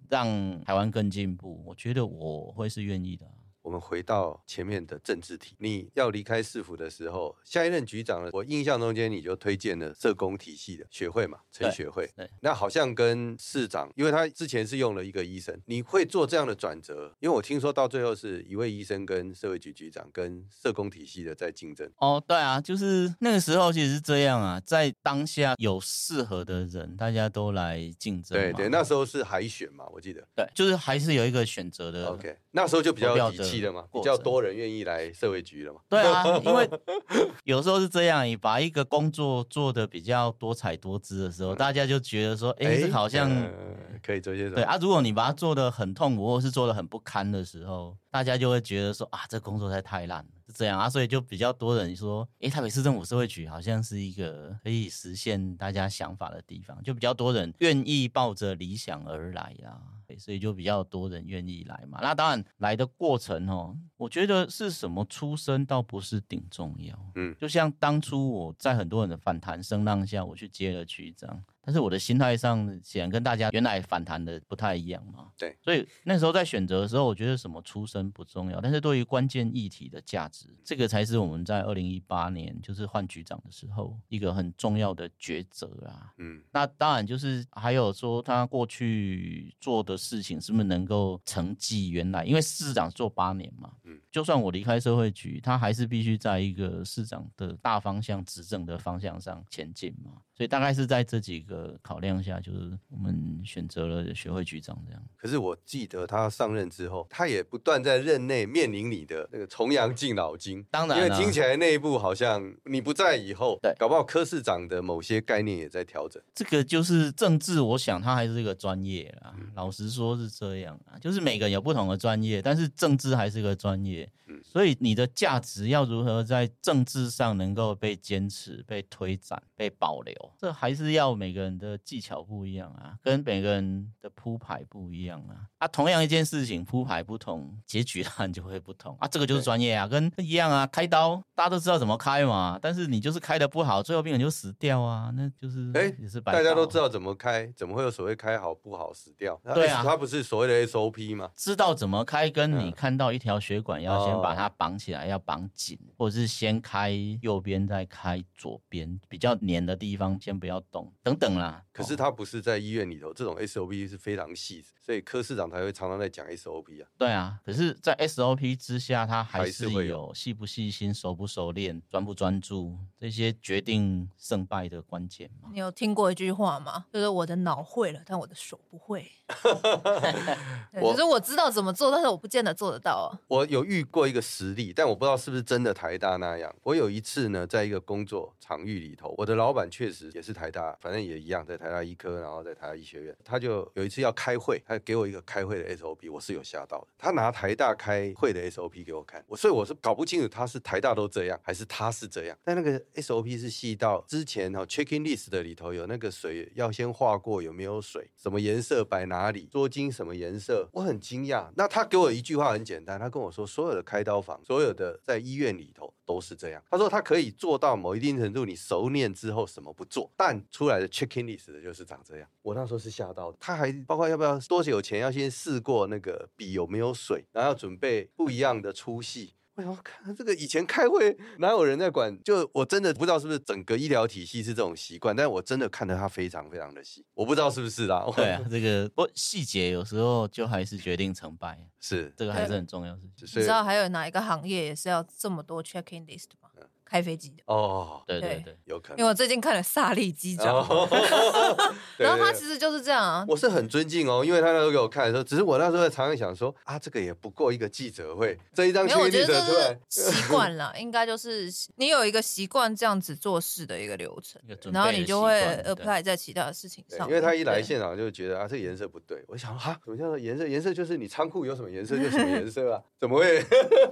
Speaker 3: 让台湾更进步，我觉得我会是愿意的啊。
Speaker 2: 我们回到前面的政治题，你要离开市府的时候，下一任局长呢，我印象中间你就推荐了社工体系的学会嘛，陈
Speaker 3: 对
Speaker 2: 学会
Speaker 3: 对。
Speaker 2: 那好像跟市长，因为他之前是用了一个医生，你会做这样的转折？因为我听说到最后是一位医生跟社会局局长跟社工体系的在竞争。
Speaker 3: 哦，对啊，就是那个时候其实是这样啊，在当下有适合的人，大家都来竞争嘛。
Speaker 2: 对对，那时候是海选嘛，我记得。
Speaker 3: 对，就是还是有一个选择的。
Speaker 2: OK，那时候就比较
Speaker 3: 投
Speaker 2: 有
Speaker 3: 票
Speaker 2: 底
Speaker 3: 的
Speaker 2: 气了嘛，比
Speaker 3: 过
Speaker 2: 较
Speaker 3: 程
Speaker 2: 多人愿意来社会局了嘛。
Speaker 3: 对啊，因为 有时候是这样，你把一个工作做的比较多彩多姿的时候，大家就觉得说，哎、
Speaker 2: 诶
Speaker 3: 这好像、
Speaker 2: 呃可以做些什么？
Speaker 3: 对啊。如果你把它做的很痛苦，或者是做的很不堪的时候，大家就会觉得说，啊，这工作太太烂了，是这样啊。所以就比较多人说，哎、台北市政府社会局好像是一个可以实现大家想法的地方，就比较多人愿意抱着理想而来啦、对所以就比较多人愿意来嘛。那当然来的过程哦，我觉得是什么出身倒不是顶重要。
Speaker 2: 嗯
Speaker 3: 嗯，就像当初我在很多人的反弹声浪下，我去接了局长，但是我的心态上显然跟大家原来反弹的不太一样嘛。
Speaker 2: 对，
Speaker 3: 所以那时候在选择的时候，我觉得什么出身不重要，但是对于关键议题的价值，这个才是我们在二零一八年就是换局长的时候一个很重要的抉择啊。
Speaker 2: 嗯
Speaker 3: 那当然就是还有说他过去做的事情是不是能够承继原来，因为市长做八年嘛，
Speaker 2: 嗯
Speaker 3: 嗯，就算我离开社会局，他还是必须在一个市长的大方向、执政的方向上前进嘛。所以大概是在这几个考量下，就是我们选择了学会局长这样。
Speaker 2: 可是我记得他上任之后，他也不断在任内面临你的那个重阳敬老金。
Speaker 3: 当然
Speaker 2: 因
Speaker 3: 啊
Speaker 2: 为听起来内部好像你不在以后，
Speaker 3: 对
Speaker 2: 搞不好柯市长的某些概念也在调整。
Speaker 3: 这个就是政治，我想它还是一个专业啦。
Speaker 2: 嗯
Speaker 3: 老实说是这样啊，就是每个人有不同的专业，但是政治还是个专业
Speaker 2: 嗯。
Speaker 3: 所以你的价值要如何在政治上能够被坚持、被推展、被保留，这还是要每个人的技巧不一样啊，跟每个人的铺排不一样啊。啊，同样一件事情铺排不同，结局当然就会不同啊。这个就是
Speaker 2: 对
Speaker 3: 专业啊，跟一样啊，开刀大家都知道怎么开嘛，但是你就是开的不好，最后病人就死掉啊，那就是
Speaker 2: 哎
Speaker 3: 也是白
Speaker 2: 大家都
Speaker 3: 刀
Speaker 2: 知道怎么开，怎么会有所谓开好不好死掉？
Speaker 3: 对啊
Speaker 2: 他不是所谓的 SOP 吗？
Speaker 3: 知道怎么开，跟
Speaker 2: 嗯哦
Speaker 3: 你看到一条血管要先把它绑起来，要绑紧，或者是先开右边再开左边，比较黏的地方先不要动，等等啦。
Speaker 2: 可是
Speaker 3: 哦
Speaker 2: 他不是在医院里头，这种 SOP 是非常细，所以柯市长才会常常在讲 SOP 啊。
Speaker 3: 对啊，可是，在 SOP 之下，他还
Speaker 2: 还是
Speaker 3: 是
Speaker 2: 会
Speaker 3: 有细不细心、熟不熟练、专不专注这些决定胜败的关键 嘛。
Speaker 1: 你有听过一句话吗？就是我的脑会了，但我的手不会。对，
Speaker 2: 我
Speaker 1: 就是我知道怎么做，但是我不见得做得到啊。
Speaker 2: 我有遇过一个实例，但我不知道是不是真的台大那样。我有一次呢，在一个工作场域里头，我的老板确实也是台大，反正也一样，在台大医科，然后在台大医学院。他就有一次要开会，他给我一个开会的 SOP，我是有吓到的。他拿台大开会的 SOP 给我看，我所以我是搞不清楚他是台大都这样，还是他是这样。但那个 SOP 是细到之前哈、哦、checking list 的里头有那个水要先画过有没有水，什么颜色摆哪里，桌巾什么颜色，我很惊讶。那他给我一句话很简单，他跟我说所有的开刀房，所有的在医院里头都是这样。他说他可以做到某一定程度，你熟练之后什么不做，但出来的 checking list 的就是长这样。我那时候是吓到的，他还包括要不要多久前要先试过那个笔有没有水，然后要准备不一样的粗细。我想说哎看这个以前开会哪有人在管？就我真的不知道是不是整个医疗体系是这种习惯，但我真的看得他非常非常的细，我不知道是不是啦。
Speaker 3: 对啊，这个不过细节有时候就还是决定成败，
Speaker 2: 是，
Speaker 3: 这个还是很重要的事情。
Speaker 1: 你
Speaker 2: 所以
Speaker 1: 知道还有哪一个行业也是要这么多 checking list 吗？
Speaker 2: 嗯
Speaker 1: 开飞机的，
Speaker 2: 哦，
Speaker 3: 对对
Speaker 1: 对
Speaker 3: 对，
Speaker 2: 有可能。
Speaker 1: 因为我最近看了《萨利机长》
Speaker 2: 哦 对
Speaker 1: 然后他
Speaker 2: 对
Speaker 1: 其实就是这样啊。
Speaker 2: 我是很尊敬哦，因为他那时候给我看的时候，只是我那时候常常想说啊，这个也不过一个记者会，这一张
Speaker 1: 没
Speaker 2: 去
Speaker 1: 有，我
Speaker 2: 年
Speaker 1: 觉
Speaker 2: 记者
Speaker 1: 得
Speaker 2: 出来，
Speaker 1: 这是习惯啦，应该就是你有一个习惯这样子做事的一个流程
Speaker 3: 一，个准备
Speaker 1: 然后
Speaker 3: 的
Speaker 1: 你就
Speaker 3: 习
Speaker 1: 会
Speaker 3: 惯对
Speaker 1: apply 在其他的事情
Speaker 2: 对
Speaker 1: 上面。
Speaker 2: 因为他一来
Speaker 1: 对
Speaker 2: 现场就觉得啊，这个颜色不对，我想啊，什么叫做颜色？颜色就是你仓库有什么颜色就什么颜色啊，怎么会？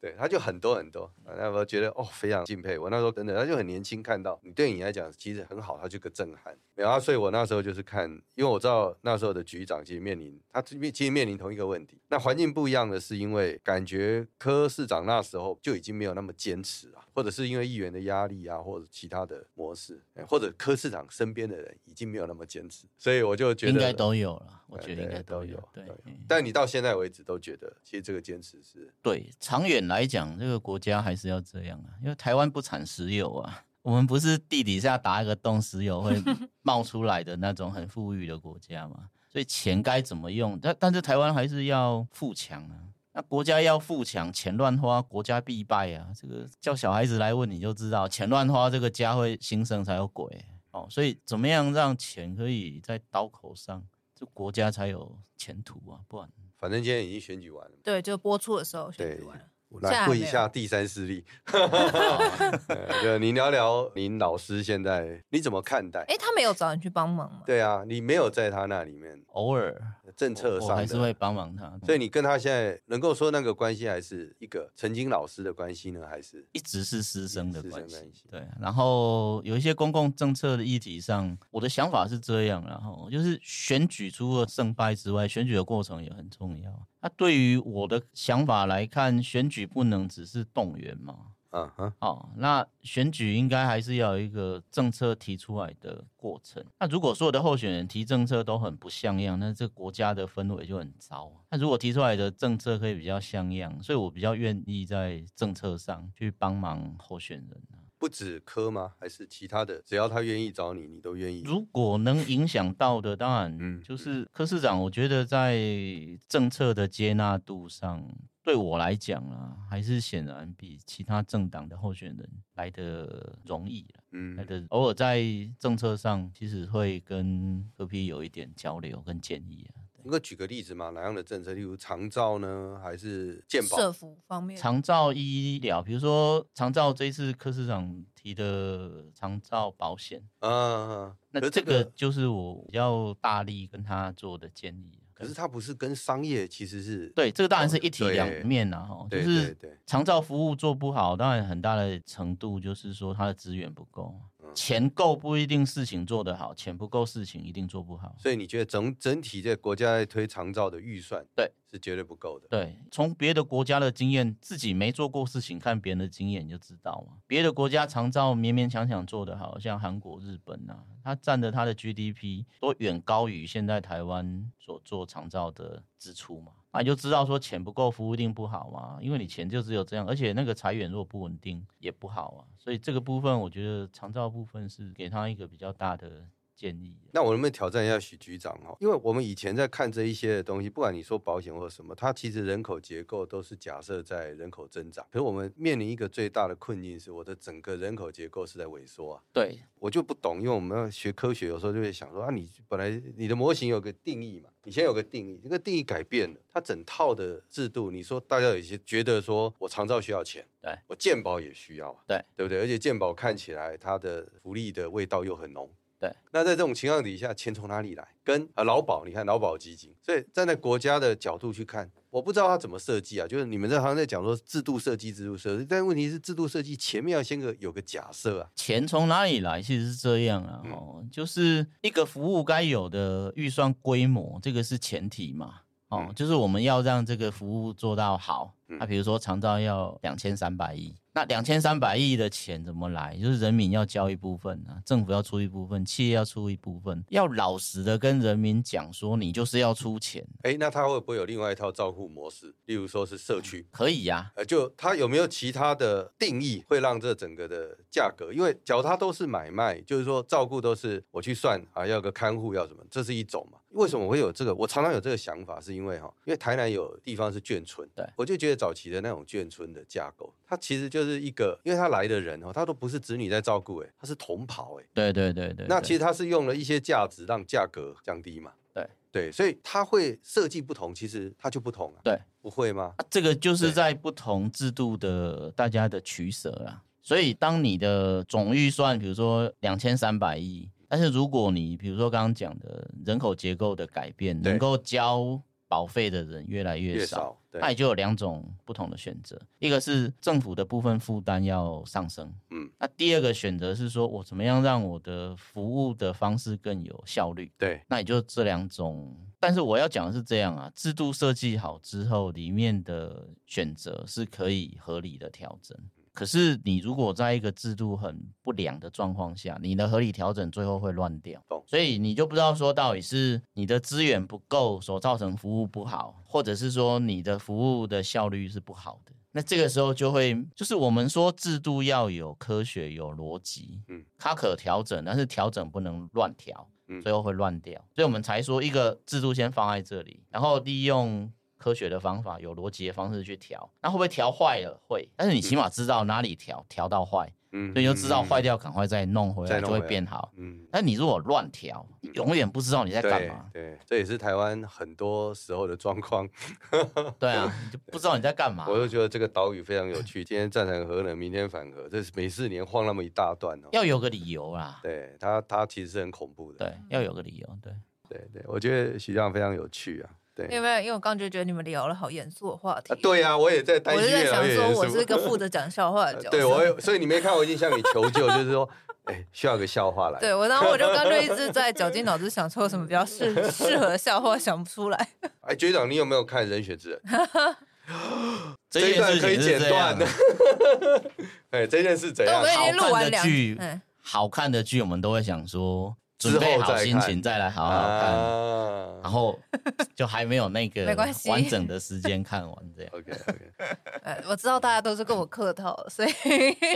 Speaker 2: 对，他就很多很多，啊那我觉得哦，非常敬佩。我那时候真的，他就很年轻，看到你对你来讲其实很好，他就个震撼。然后，所以我那时候就是看，因为我知道那时候的局长其实面临他其实面临同一个问题。那环境不一样的是，因为感觉柯市长那时候就已经没有那么坚持啊，或者是因为议员的压力啊，或者其他的模式，哎或者柯市长身边的人已经没有那么坚持，所以我就觉得
Speaker 3: 应该都有了，我
Speaker 2: 对
Speaker 3: 觉得应
Speaker 2: 对
Speaker 3: 该
Speaker 2: 都
Speaker 3: 都
Speaker 2: 有
Speaker 3: 有。
Speaker 2: 都
Speaker 3: 对
Speaker 2: 有
Speaker 3: 嗯
Speaker 2: 但你到现在为止都觉得，其实这个坚持是
Speaker 3: 对，长远来讲，这个国家还是要这样啊，因为台湾不产石油啊， 我们不是地底下打一个洞，石油会冒出来的那种很富裕的国家嘛，所以钱该怎么用？但但是台湾还是要富强啊。那国家要富强，钱乱花，国家必败啊！这个叫小孩子来问你就知道，钱乱花，这个家会兴盛才有鬼哦。所以怎么样让钱可以在刀口上，这国家才有前途啊？不然
Speaker 2: 反正今天已经选举完了嘛。
Speaker 1: 对，就播出的时候选
Speaker 2: 对
Speaker 1: 举完了。
Speaker 2: 我
Speaker 1: 现在
Speaker 2: 来
Speaker 1: 还
Speaker 2: 问一
Speaker 1: 没有
Speaker 2: 下第三势 力，
Speaker 3: 哦
Speaker 2: 呃就您聊聊您老师现在你怎么看待？
Speaker 1: 哎，他没有找你去帮忙吗？
Speaker 2: 对啊，你没有在他那里面
Speaker 3: 偶尔
Speaker 2: 政策
Speaker 3: 我
Speaker 2: 上
Speaker 3: 我
Speaker 2: 的啊
Speaker 3: 还是会帮忙他。
Speaker 2: 所以你跟他现在能够说那个关系，还是一个曾经老师的关系呢，还是
Speaker 3: 一直是师生的
Speaker 2: 师生
Speaker 3: 关系
Speaker 2: 关系，
Speaker 3: 对。然后有一些公共政策的议题上，我的想法是这样，然后就是选举除了胜败之外，选举的过程也很重要。那对于我的想法来看，选举不能只是动员嘛，
Speaker 2: 嗯哼，
Speaker 3: 哦，那选举应该还是要有一个政策提出来的过程。那如果所有的候选人提政策都很不像样，那这国家的氛围就很糟啊。那如果提出来的政策可以比较像样，所以我比较愿意在政策上去帮忙候选人啊。
Speaker 2: 不止科吗？还是其他的？只要他愿意找你，你都愿意。
Speaker 3: 如果能影响到的，当然
Speaker 2: 嗯
Speaker 3: 就是柯市长。我觉得在政策的接纳度上，对我来讲啊，还是显然比其他政党的候选人来的容易啊啦那
Speaker 2: 嗯，
Speaker 3: 的偶尔在政策上，其实会跟柯 P 有一点交流跟建议啊。
Speaker 2: 能够举个例子吗？哪样的政策？例如长照呢，还是健
Speaker 1: 社
Speaker 2: 保？
Speaker 1: 服方面，
Speaker 3: 长照医疗，比如说长照这一次柯市长提的长照保险，
Speaker 2: 啊，可
Speaker 3: 那
Speaker 2: 是
Speaker 3: 这个就是我比较大力跟他做的建议啊。
Speaker 2: 可是它不是跟商业其实是
Speaker 3: 对这个当然是一体
Speaker 2: 对
Speaker 3: 两面啊，哈，就
Speaker 2: 对
Speaker 3: 是
Speaker 2: 对对
Speaker 3: 长照服务做不好，当然很大的程度就是说它的资源不够啊
Speaker 2: 嗯，
Speaker 3: 钱够不一定事情做得好，钱不够事情一定做不好。
Speaker 2: 所以你觉得整整体这个国家在推长照的预算，
Speaker 3: 对，
Speaker 2: 是绝对不够的。
Speaker 3: 对，从别的国家的经验，自己没做过事情，看别人的经验你就知道嘛。别的国家长照勉勉强强做得好，像韩国、日本啊，它占的它的 GDP 都远高于现在台湾所做长照的支出嘛。啊，你就知道说钱不够，服务一定不好嘛，因为你钱就只有这样，而且那个裁员如果不稳定也不好啊，所以这个部分我觉得长照部分是给他一个比较大的建议。啊
Speaker 2: 那我能不能挑战一下许局长哈？因为我们以前在看这一些东西，不管你说保险或者什么，它其实人口结构都是假设在人口增长。可是我们面临一个最大的困境是，我的整个人口结构是在萎缩啊。
Speaker 3: 对，
Speaker 2: 我就不懂，因为我们要学科学，有时候就会想说啊，你本来你的模型有个定义嘛，你先有个定义，这个定义改变了，它整套的制度，你说大家有些觉得说我长照需要钱，
Speaker 3: 对
Speaker 2: 我健保也需要啊，
Speaker 3: 对
Speaker 2: 对不对？而且健保看起来它的福利的味道又很浓。
Speaker 3: 对，
Speaker 2: 那在这种情况底下，钱从哪里来？跟啊劳保，你看劳保基金，所以站在国家的角度去看，我不知道它怎么设计啊。就是你们这行在讲说制度设计、制度设计，但问题是制度设计前面要先个有个假设啊。
Speaker 3: 钱从哪里来？其实是这样啊，
Speaker 2: 嗯
Speaker 3: 哦，就是一个服务该有的预算规模，这个是前提嘛。哦，
Speaker 2: 嗯
Speaker 3: 就是我们要让这个服务做到好。那、
Speaker 2: 嗯
Speaker 3: 比如说长照要两千三百亿，那两千三百亿的钱怎么来？就是人民要交一部分啊，政府要出一部分，企业要出一部分，要老实的跟人民讲说，你就是要出钱，
Speaker 2: 哎，那它会不会有另外一套照护模式？例如说是社区，
Speaker 3: 可以呀、
Speaker 2: 呃，就它有没有其他的定义会让这整个的价格？因为脚它都是买卖，就是说照顾都是我去算啊，要有个看护要什么，这是一种嘛。为什么我会有这个？我常常有这个想法，是因为哈，因为台南有地方是眷村，
Speaker 3: 对
Speaker 2: 我就觉得早期的那种眷村的架构，它其实就是一个，因为他来的人哦，他都不是子女在照顾，哎，他是同袍，哎，
Speaker 3: 对对对对。
Speaker 2: 那
Speaker 3: 对
Speaker 2: 其实它是用了一些价值让价格降低嘛。
Speaker 3: 对
Speaker 2: 对，所以它会设计不同，其实它就不同啊。
Speaker 3: 对，
Speaker 2: 不会吗？
Speaker 3: 啊这个就是
Speaker 2: 对
Speaker 3: 在不同制度的大家的取舍啦。所以，当你的总预算比如说两千三百亿，但是如果你比如说刚刚讲的人口结构的改变，
Speaker 2: 对
Speaker 3: 能够交保费的人越来越
Speaker 2: 越
Speaker 3: 少，
Speaker 2: 少，对
Speaker 3: 那，你就有两种不同的选择，一个是政府的部分负担要上升，
Speaker 2: 嗯，
Speaker 3: 那第二个选择是说我怎么样让我的服务的方式更有效率。
Speaker 2: 对，
Speaker 3: 那也就这两种。但是我要讲的是这样啊，制度设计好之后，里面的选择是可以合理的调整。可是你如果在一个制度很不良的状况下，你的合理调整最后会乱掉
Speaker 2: 懂，
Speaker 3: 所以你就不知道说到底是你的资源不够所造成服务不好，或者是说你的服务的效率是不好的。那这个时候就会，就是我们说制度要有科学、有逻辑，
Speaker 2: 嗯
Speaker 3: 嗯，它可调整，但是调整不能乱调。
Speaker 2: 嗯
Speaker 3: 最后会乱掉。所以我们才说一个制度先放在这里，然后利用科学的方法、有逻辑的方式去调。那会不会调坏了？会，但是你起码知道哪里调，调到坏，
Speaker 2: 嗯
Speaker 3: 所以你就知道坏，掉，赶快再弄回
Speaker 2: 再
Speaker 3: 来，
Speaker 2: 弄
Speaker 3: 就
Speaker 2: 回
Speaker 3: 会
Speaker 2: 来
Speaker 3: 变好。
Speaker 2: 嗯，嗯
Speaker 3: 但你如果乱调，你永远不知道你在干
Speaker 2: 对
Speaker 3: 嘛。
Speaker 2: 对，这也是台湾很多时候的状况。
Speaker 3: 对啊，你就不知道你在干嘛。
Speaker 2: 我就觉得这个岛屿非常有趣，今天赞成核能，明天反核，这是每四年晃那么一大段哦。
Speaker 3: 要有个理由啦。
Speaker 2: 对它，它其实是很恐怖的。
Speaker 3: 对，要有个理由。对，
Speaker 2: 对对，我觉得徐亮非常有趣啊。
Speaker 1: 因为
Speaker 2: 对
Speaker 1: 没有？因为我刚刚就觉得你们聊了好严肃的话题。
Speaker 2: 啊，对啊，我也在担
Speaker 1: 我
Speaker 2: 心
Speaker 1: 就在
Speaker 2: 越来
Speaker 1: 想
Speaker 2: 越
Speaker 1: 说，
Speaker 2: 严肃。
Speaker 1: 我是一 个负责讲笑话的角色。
Speaker 2: 呃对我有，所以你没看，我已经向你求救，就是说，哎，需要个笑话来。
Speaker 1: 对我，然后我就刚就一直在绞尽脑汁想出有什么比较 适适合笑话，想不出来。
Speaker 2: 哎，局长，你有没有看《人选之人》
Speaker 3: 这
Speaker 2: 一
Speaker 3: 件
Speaker 2: 段
Speaker 3: 事
Speaker 2: 可
Speaker 3: 情
Speaker 2: 以
Speaker 3: 是
Speaker 2: 剪
Speaker 3: 这 样
Speaker 2: 断的。哎，这件事怎
Speaker 1: 对，我
Speaker 2: 样
Speaker 1: 们？已经录
Speaker 3: 好看
Speaker 1: 完
Speaker 3: 的
Speaker 1: 两
Speaker 3: 剧
Speaker 1: 嗯，
Speaker 3: 好看的剧，我们都会想说，
Speaker 2: 之
Speaker 3: 准备
Speaker 2: 后
Speaker 3: 好
Speaker 2: 再
Speaker 3: 心
Speaker 2: 看
Speaker 3: 情再来好好看。
Speaker 2: 啊
Speaker 3: 然后就还没有那个
Speaker 1: 没关系
Speaker 3: 完整的时间看完 这样。
Speaker 2: OK OK，
Speaker 1: 呃，我知道大家都是跟我客套，所以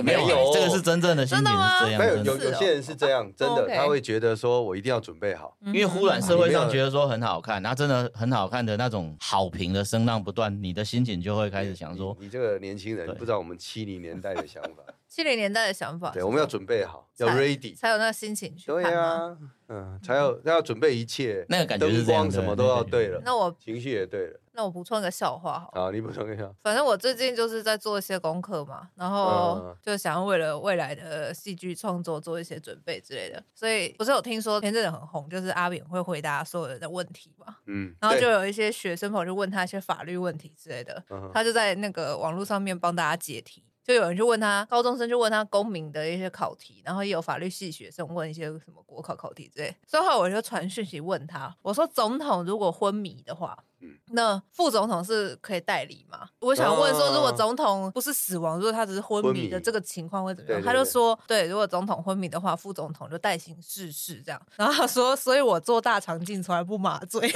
Speaker 2: 没有
Speaker 3: 啊这个是真正的心情
Speaker 1: 真的吗
Speaker 3: 是这样，
Speaker 2: 没有
Speaker 3: 真
Speaker 2: 有
Speaker 3: 的
Speaker 1: 是
Speaker 2: 有
Speaker 1: 哦
Speaker 2: 些人是这样，真的，
Speaker 1: OK
Speaker 2: 他会觉得说我一定要准备好。
Speaker 1: 因
Speaker 3: 因为忽然社
Speaker 2: 是
Speaker 3: 会上觉得说很好看，那真的很好看的那种好评的声浪不断，你的心情就会开始想说，
Speaker 2: 你你这个年轻人
Speaker 3: 对
Speaker 2: 不知道我们七零年代的想法，
Speaker 1: 七零年代的想法，
Speaker 2: 对，我们要准备好，要
Speaker 1: 才
Speaker 2: ready。
Speaker 1: 才有那个心情去
Speaker 2: 对
Speaker 1: 看嘛。
Speaker 2: 啊，嗯，才有要准备一切，
Speaker 3: 那个感觉是
Speaker 2: 灯
Speaker 3: 这样
Speaker 2: 光
Speaker 3: 的
Speaker 2: 什么都要对
Speaker 3: 那个
Speaker 2: 了
Speaker 3: 感，
Speaker 1: 那我
Speaker 2: 情绪也对了。啊
Speaker 1: 那我补充一个笑话好了。
Speaker 2: 好，你补充一下。
Speaker 1: 反正我最近就是在做一些功课嘛，然后
Speaker 2: 嗯
Speaker 1: 就想要为了未来的戏剧创作做一些准备之类的。所以不是有听说前阵子很红，就是阿扁会回答所有人的问题嘛，
Speaker 2: 嗯，
Speaker 1: 然后就
Speaker 2: 对
Speaker 1: 有一些学生朋友就问他一些法律问题之类的，
Speaker 2: 嗯
Speaker 1: 他就在那个网络上面帮大家解题。就有人去问他，高中生就问他公民的一些考题，然后也有法律系学生问一些什么国考考题之类。所以后来我就传讯息问他，我说总统如果昏迷的话，
Speaker 2: 嗯
Speaker 1: 那副总统是可以代理吗？我想问说，如果
Speaker 2: 啊
Speaker 1: 总统不是死亡，如果他只是昏
Speaker 2: 昏
Speaker 1: 迷的
Speaker 2: 迷
Speaker 1: 这个情况会怎么样？
Speaker 2: 对对
Speaker 1: 他就
Speaker 2: 对
Speaker 1: 说，对，如果总统昏迷的话，副总统就代行逝世这样。然后他说，所以我做大肠镜从来不麻醉。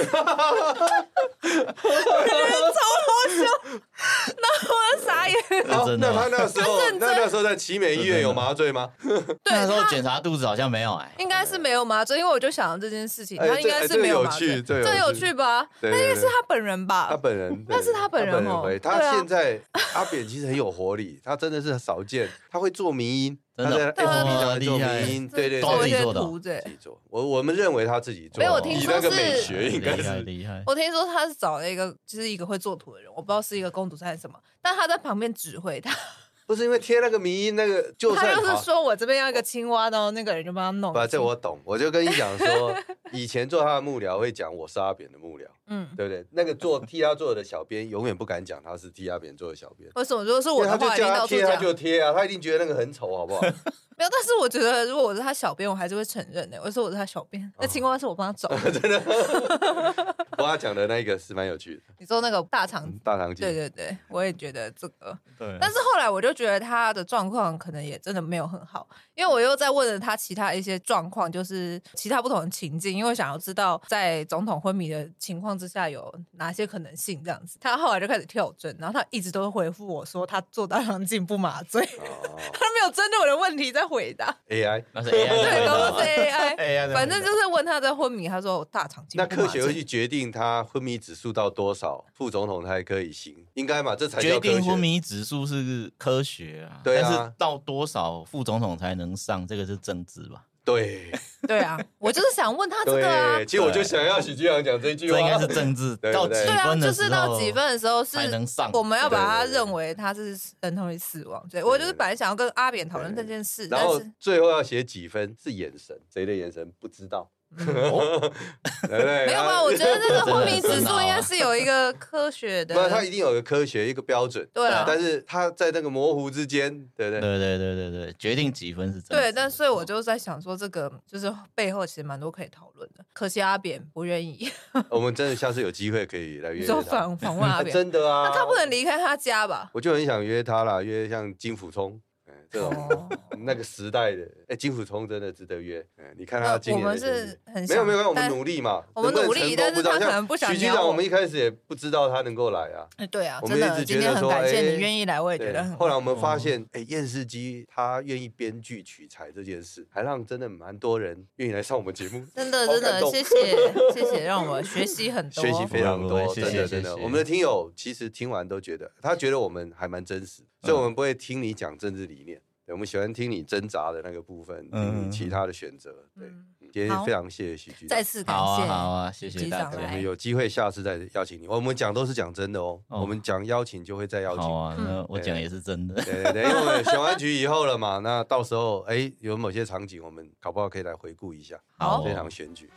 Speaker 1: 我就傻眼，
Speaker 2: 好
Speaker 3: 真哦的
Speaker 2: 那
Speaker 3: 吗
Speaker 2: 他那 时候，那那时候在奇美医院有麻醉吗？
Speaker 1: 对
Speaker 3: 那时候
Speaker 1: 他
Speaker 3: 检查肚子好像没有哎、
Speaker 1: 应该是没有麻醉，因为我就想这件事情，
Speaker 2: 哎
Speaker 1: 他应
Speaker 2: 这
Speaker 1: 该
Speaker 2: 哎
Speaker 1: 是
Speaker 2: 这
Speaker 1: 没有
Speaker 2: 有
Speaker 1: 麻
Speaker 2: 趣
Speaker 1: 醉，
Speaker 2: 这
Speaker 1: 这
Speaker 2: 有
Speaker 1: 有
Speaker 2: 趣
Speaker 1: 趣吧？
Speaker 2: 对
Speaker 1: 那应该
Speaker 2: 对
Speaker 1: 是
Speaker 2: 对
Speaker 3: 哦
Speaker 1: 他本人
Speaker 2: 他
Speaker 1: 吧？
Speaker 2: 本人，
Speaker 1: 那是
Speaker 2: 对
Speaker 1: 他本人哦对
Speaker 2: 回他
Speaker 1: 啊
Speaker 2: 现在阿扁其实很有活力，他真的是少见，他会做迷音，他
Speaker 3: 真的
Speaker 2: 在
Speaker 1: 啊
Speaker 2: FB 上
Speaker 3: 哇
Speaker 2: 会做
Speaker 3: 厉害
Speaker 2: 迷音，对对
Speaker 3: 都
Speaker 1: 做
Speaker 3: 自
Speaker 1: 一
Speaker 2: 对
Speaker 3: 己，
Speaker 1: 些
Speaker 3: 做的
Speaker 1: 图对
Speaker 2: 自。己做。我我们认为他自己做，哦
Speaker 1: 没有我听
Speaker 2: 以
Speaker 1: 说
Speaker 2: 那啊个美
Speaker 1: 是
Speaker 2: 学应该
Speaker 3: 厉害
Speaker 2: 是
Speaker 3: 厉害，
Speaker 1: 我听说他是找了一个，就是一个会做图的人，我不知道是一个公主还是什么，但他在旁边指挥他。
Speaker 2: 不是因为贴那个迷音那个，就
Speaker 1: 他
Speaker 2: 算
Speaker 1: 要
Speaker 2: 好
Speaker 1: 是说我这边要一个青蛙，然后那个人就帮他弄
Speaker 2: 不，
Speaker 1: 进。
Speaker 2: 这我懂，我就跟你讲说，以前做他的幕僚会讲我是阿扁的幕僚，
Speaker 1: 嗯，
Speaker 2: 对不对？那个做替他做的小编永远不敢讲他是替阿扁做的小编。
Speaker 1: 为什么？如果是
Speaker 2: 因
Speaker 1: 我
Speaker 2: 为
Speaker 1: 的
Speaker 2: 他就
Speaker 1: 话，一定
Speaker 2: 叫
Speaker 1: 到处
Speaker 2: 他贴，他
Speaker 1: 讲。
Speaker 2: 就贴啊，他一定觉得那个很丑，好不好？
Speaker 1: 没有，但是我觉得如果我是他小编，我还是会承认的。我说我是他小编，
Speaker 2: 哦
Speaker 1: 那青蛙是我帮他找的。
Speaker 2: 不过他讲的那个是蛮有趣的，嗯
Speaker 1: 你说那个大肠
Speaker 2: 大堂姐
Speaker 1: 对对对，我也觉得这个。
Speaker 3: 对
Speaker 1: 但是后来我就觉得他的状况可能也真的没有很好，因为我又在问了他其他一些状况，就是其他不同的情境，因为想要知道在总统昏迷的情况之下有哪些可能性这样子。他后来就开始跳针，然后他一直都回复我说他做大肠镜不麻醉，
Speaker 2: 哦
Speaker 1: 他没有针对我的问题在回答，
Speaker 2: ，AI
Speaker 3: 那是 AI
Speaker 1: 对，
Speaker 3: 的
Speaker 1: 都是
Speaker 3: 回
Speaker 1: AI。
Speaker 2: 哎
Speaker 3: 答嘛，
Speaker 1: 反正就是问他在昏迷，他说我大肠镜
Speaker 2: 啊那
Speaker 1: 不麻醉。
Speaker 2: 科学会去决定他昏迷指数到多少，副总统才可以行，应该嘛？这才
Speaker 3: 决
Speaker 2: 叫科
Speaker 3: 定昏
Speaker 2: 学。
Speaker 3: 迷指数是科学啊，
Speaker 2: 对啊
Speaker 3: 但是到多少副总统才能上，这个是政治吧？
Speaker 2: 对
Speaker 1: 对啊，我就是想问他这个啊
Speaker 2: 对，，其实我就想要许居阳讲这句
Speaker 3: 这
Speaker 2: 话，
Speaker 3: 应该是政治，
Speaker 2: 啊 对
Speaker 3: 到
Speaker 2: 不
Speaker 3: 几
Speaker 2: 对
Speaker 1: 对啊，
Speaker 3: 分
Speaker 1: 就
Speaker 3: 的时候
Speaker 1: 是到几分的时候是
Speaker 3: 才能上
Speaker 1: 我们要把它
Speaker 2: 对对对
Speaker 1: 认为它是等同于死亡罪。我就是本来想要跟阿扁讨论这件事，
Speaker 2: 然
Speaker 1: 但
Speaker 2: 后
Speaker 1: 是
Speaker 2: 最后要写几分是眼神，谁的眼神不知 道？
Speaker 3: 哦
Speaker 2: 对不对？
Speaker 1: 没有
Speaker 2: 然
Speaker 1: 吧？
Speaker 2: 后
Speaker 1: 我觉 得这个昏迷指
Speaker 3: 真的
Speaker 1: 数
Speaker 3: 啊
Speaker 1: 应该是有一个科学的
Speaker 2: 不，然它一定有一个科学一个标准，
Speaker 1: 对啊啦
Speaker 2: 但是它在那个模糊之间，对 不
Speaker 3: 对
Speaker 2: 对？
Speaker 3: 对对对对，决定几分是政 治。
Speaker 1: 对。但所以我就在想说，这个就是背后其实蛮多可以讨论的。可惜阿扁不愿意，
Speaker 2: 我们真的下次有机会可以来约
Speaker 1: 你
Speaker 2: 约
Speaker 1: 说
Speaker 2: 他，
Speaker 1: 访访问阿
Speaker 2: 啊
Speaker 1: 扁，
Speaker 2: 真的啊，
Speaker 1: 那他不能，离开他家 吧？
Speaker 2: 我就很想约他啦，约像金溥聪，哎，这种
Speaker 1: 哦，
Speaker 2: 那个时代的，哎，金溥聪真的值得约，哎，你看他
Speaker 1: 那
Speaker 2: 今
Speaker 1: 我
Speaker 2: 年的
Speaker 1: 们
Speaker 2: 成绩
Speaker 1: 是很
Speaker 2: 没有没有，我们
Speaker 1: 但
Speaker 2: 努力嘛，
Speaker 1: 我们
Speaker 2: 能不
Speaker 1: 努
Speaker 2: 能
Speaker 1: 力
Speaker 2: 成功
Speaker 1: 但是
Speaker 2: 不知道
Speaker 1: 他可
Speaker 2: 像
Speaker 1: 能不想
Speaker 2: 许局
Speaker 1: 鸟
Speaker 2: 长，
Speaker 1: 我
Speaker 2: 我们一开始也不知道他能够来啊，
Speaker 1: 哎对啊，
Speaker 2: 我
Speaker 1: 真
Speaker 2: 们
Speaker 1: 的
Speaker 2: 一直
Speaker 1: 今
Speaker 2: 觉
Speaker 1: 天
Speaker 2: 得
Speaker 1: 很
Speaker 2: 说，
Speaker 1: 感谢
Speaker 2: 哎
Speaker 1: 你愿意来，我也觉得
Speaker 2: 对
Speaker 1: 很。
Speaker 2: 后来我们发
Speaker 3: 哦
Speaker 2: 现，哎、验视机他愿意编剧取材这件事，还让真的蛮多人愿意来上我们节目
Speaker 1: 真的
Speaker 2: 好
Speaker 1: 真的
Speaker 2: 感动
Speaker 1: 谢谢谢谢，让我学习很多，
Speaker 2: 学习非常
Speaker 3: 不
Speaker 2: 多，
Speaker 3: 会不会
Speaker 2: 真
Speaker 3: 谢
Speaker 2: 的
Speaker 3: 哦谢
Speaker 2: 真的，
Speaker 3: 谢谢
Speaker 2: 我们的听友其实听完都觉得，他觉得我们还蛮真实，所以
Speaker 3: 嗯
Speaker 2: 我们不会听你讲政治理念，对我们喜欢听你挣扎的那个部分，听你
Speaker 3: 嗯
Speaker 2: 其他的选择。对，
Speaker 1: 嗯
Speaker 2: 今天
Speaker 1: 好
Speaker 2: 非常谢谢徐局长
Speaker 1: 再，次感
Speaker 3: 好啊
Speaker 1: 谢，
Speaker 3: 好啊，谢谢
Speaker 1: 局
Speaker 3: 大
Speaker 1: 长
Speaker 3: 家
Speaker 2: 对我
Speaker 1: 来。
Speaker 2: 们有机会下次再邀请你。我们讲都是讲真的哦，
Speaker 3: 哦
Speaker 2: 我们讲邀请就会再邀请
Speaker 3: 好。啊，那
Speaker 1: 嗯
Speaker 3: 我讲也是真的。
Speaker 2: 对对对，因为我们选完局以后了嘛，那到时候哎，有某些场景我们搞不好可以来回顾一下
Speaker 1: 好
Speaker 2: 这场选举。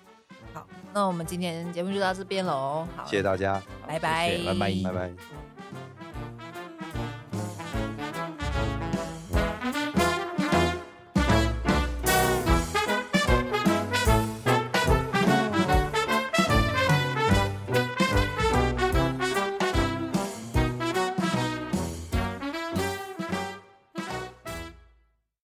Speaker 1: 好，那我们今天节目就到这边喽。好，
Speaker 2: 谢谢大家，
Speaker 1: 拜拜，
Speaker 3: 谢谢拜拜
Speaker 2: 拜拜。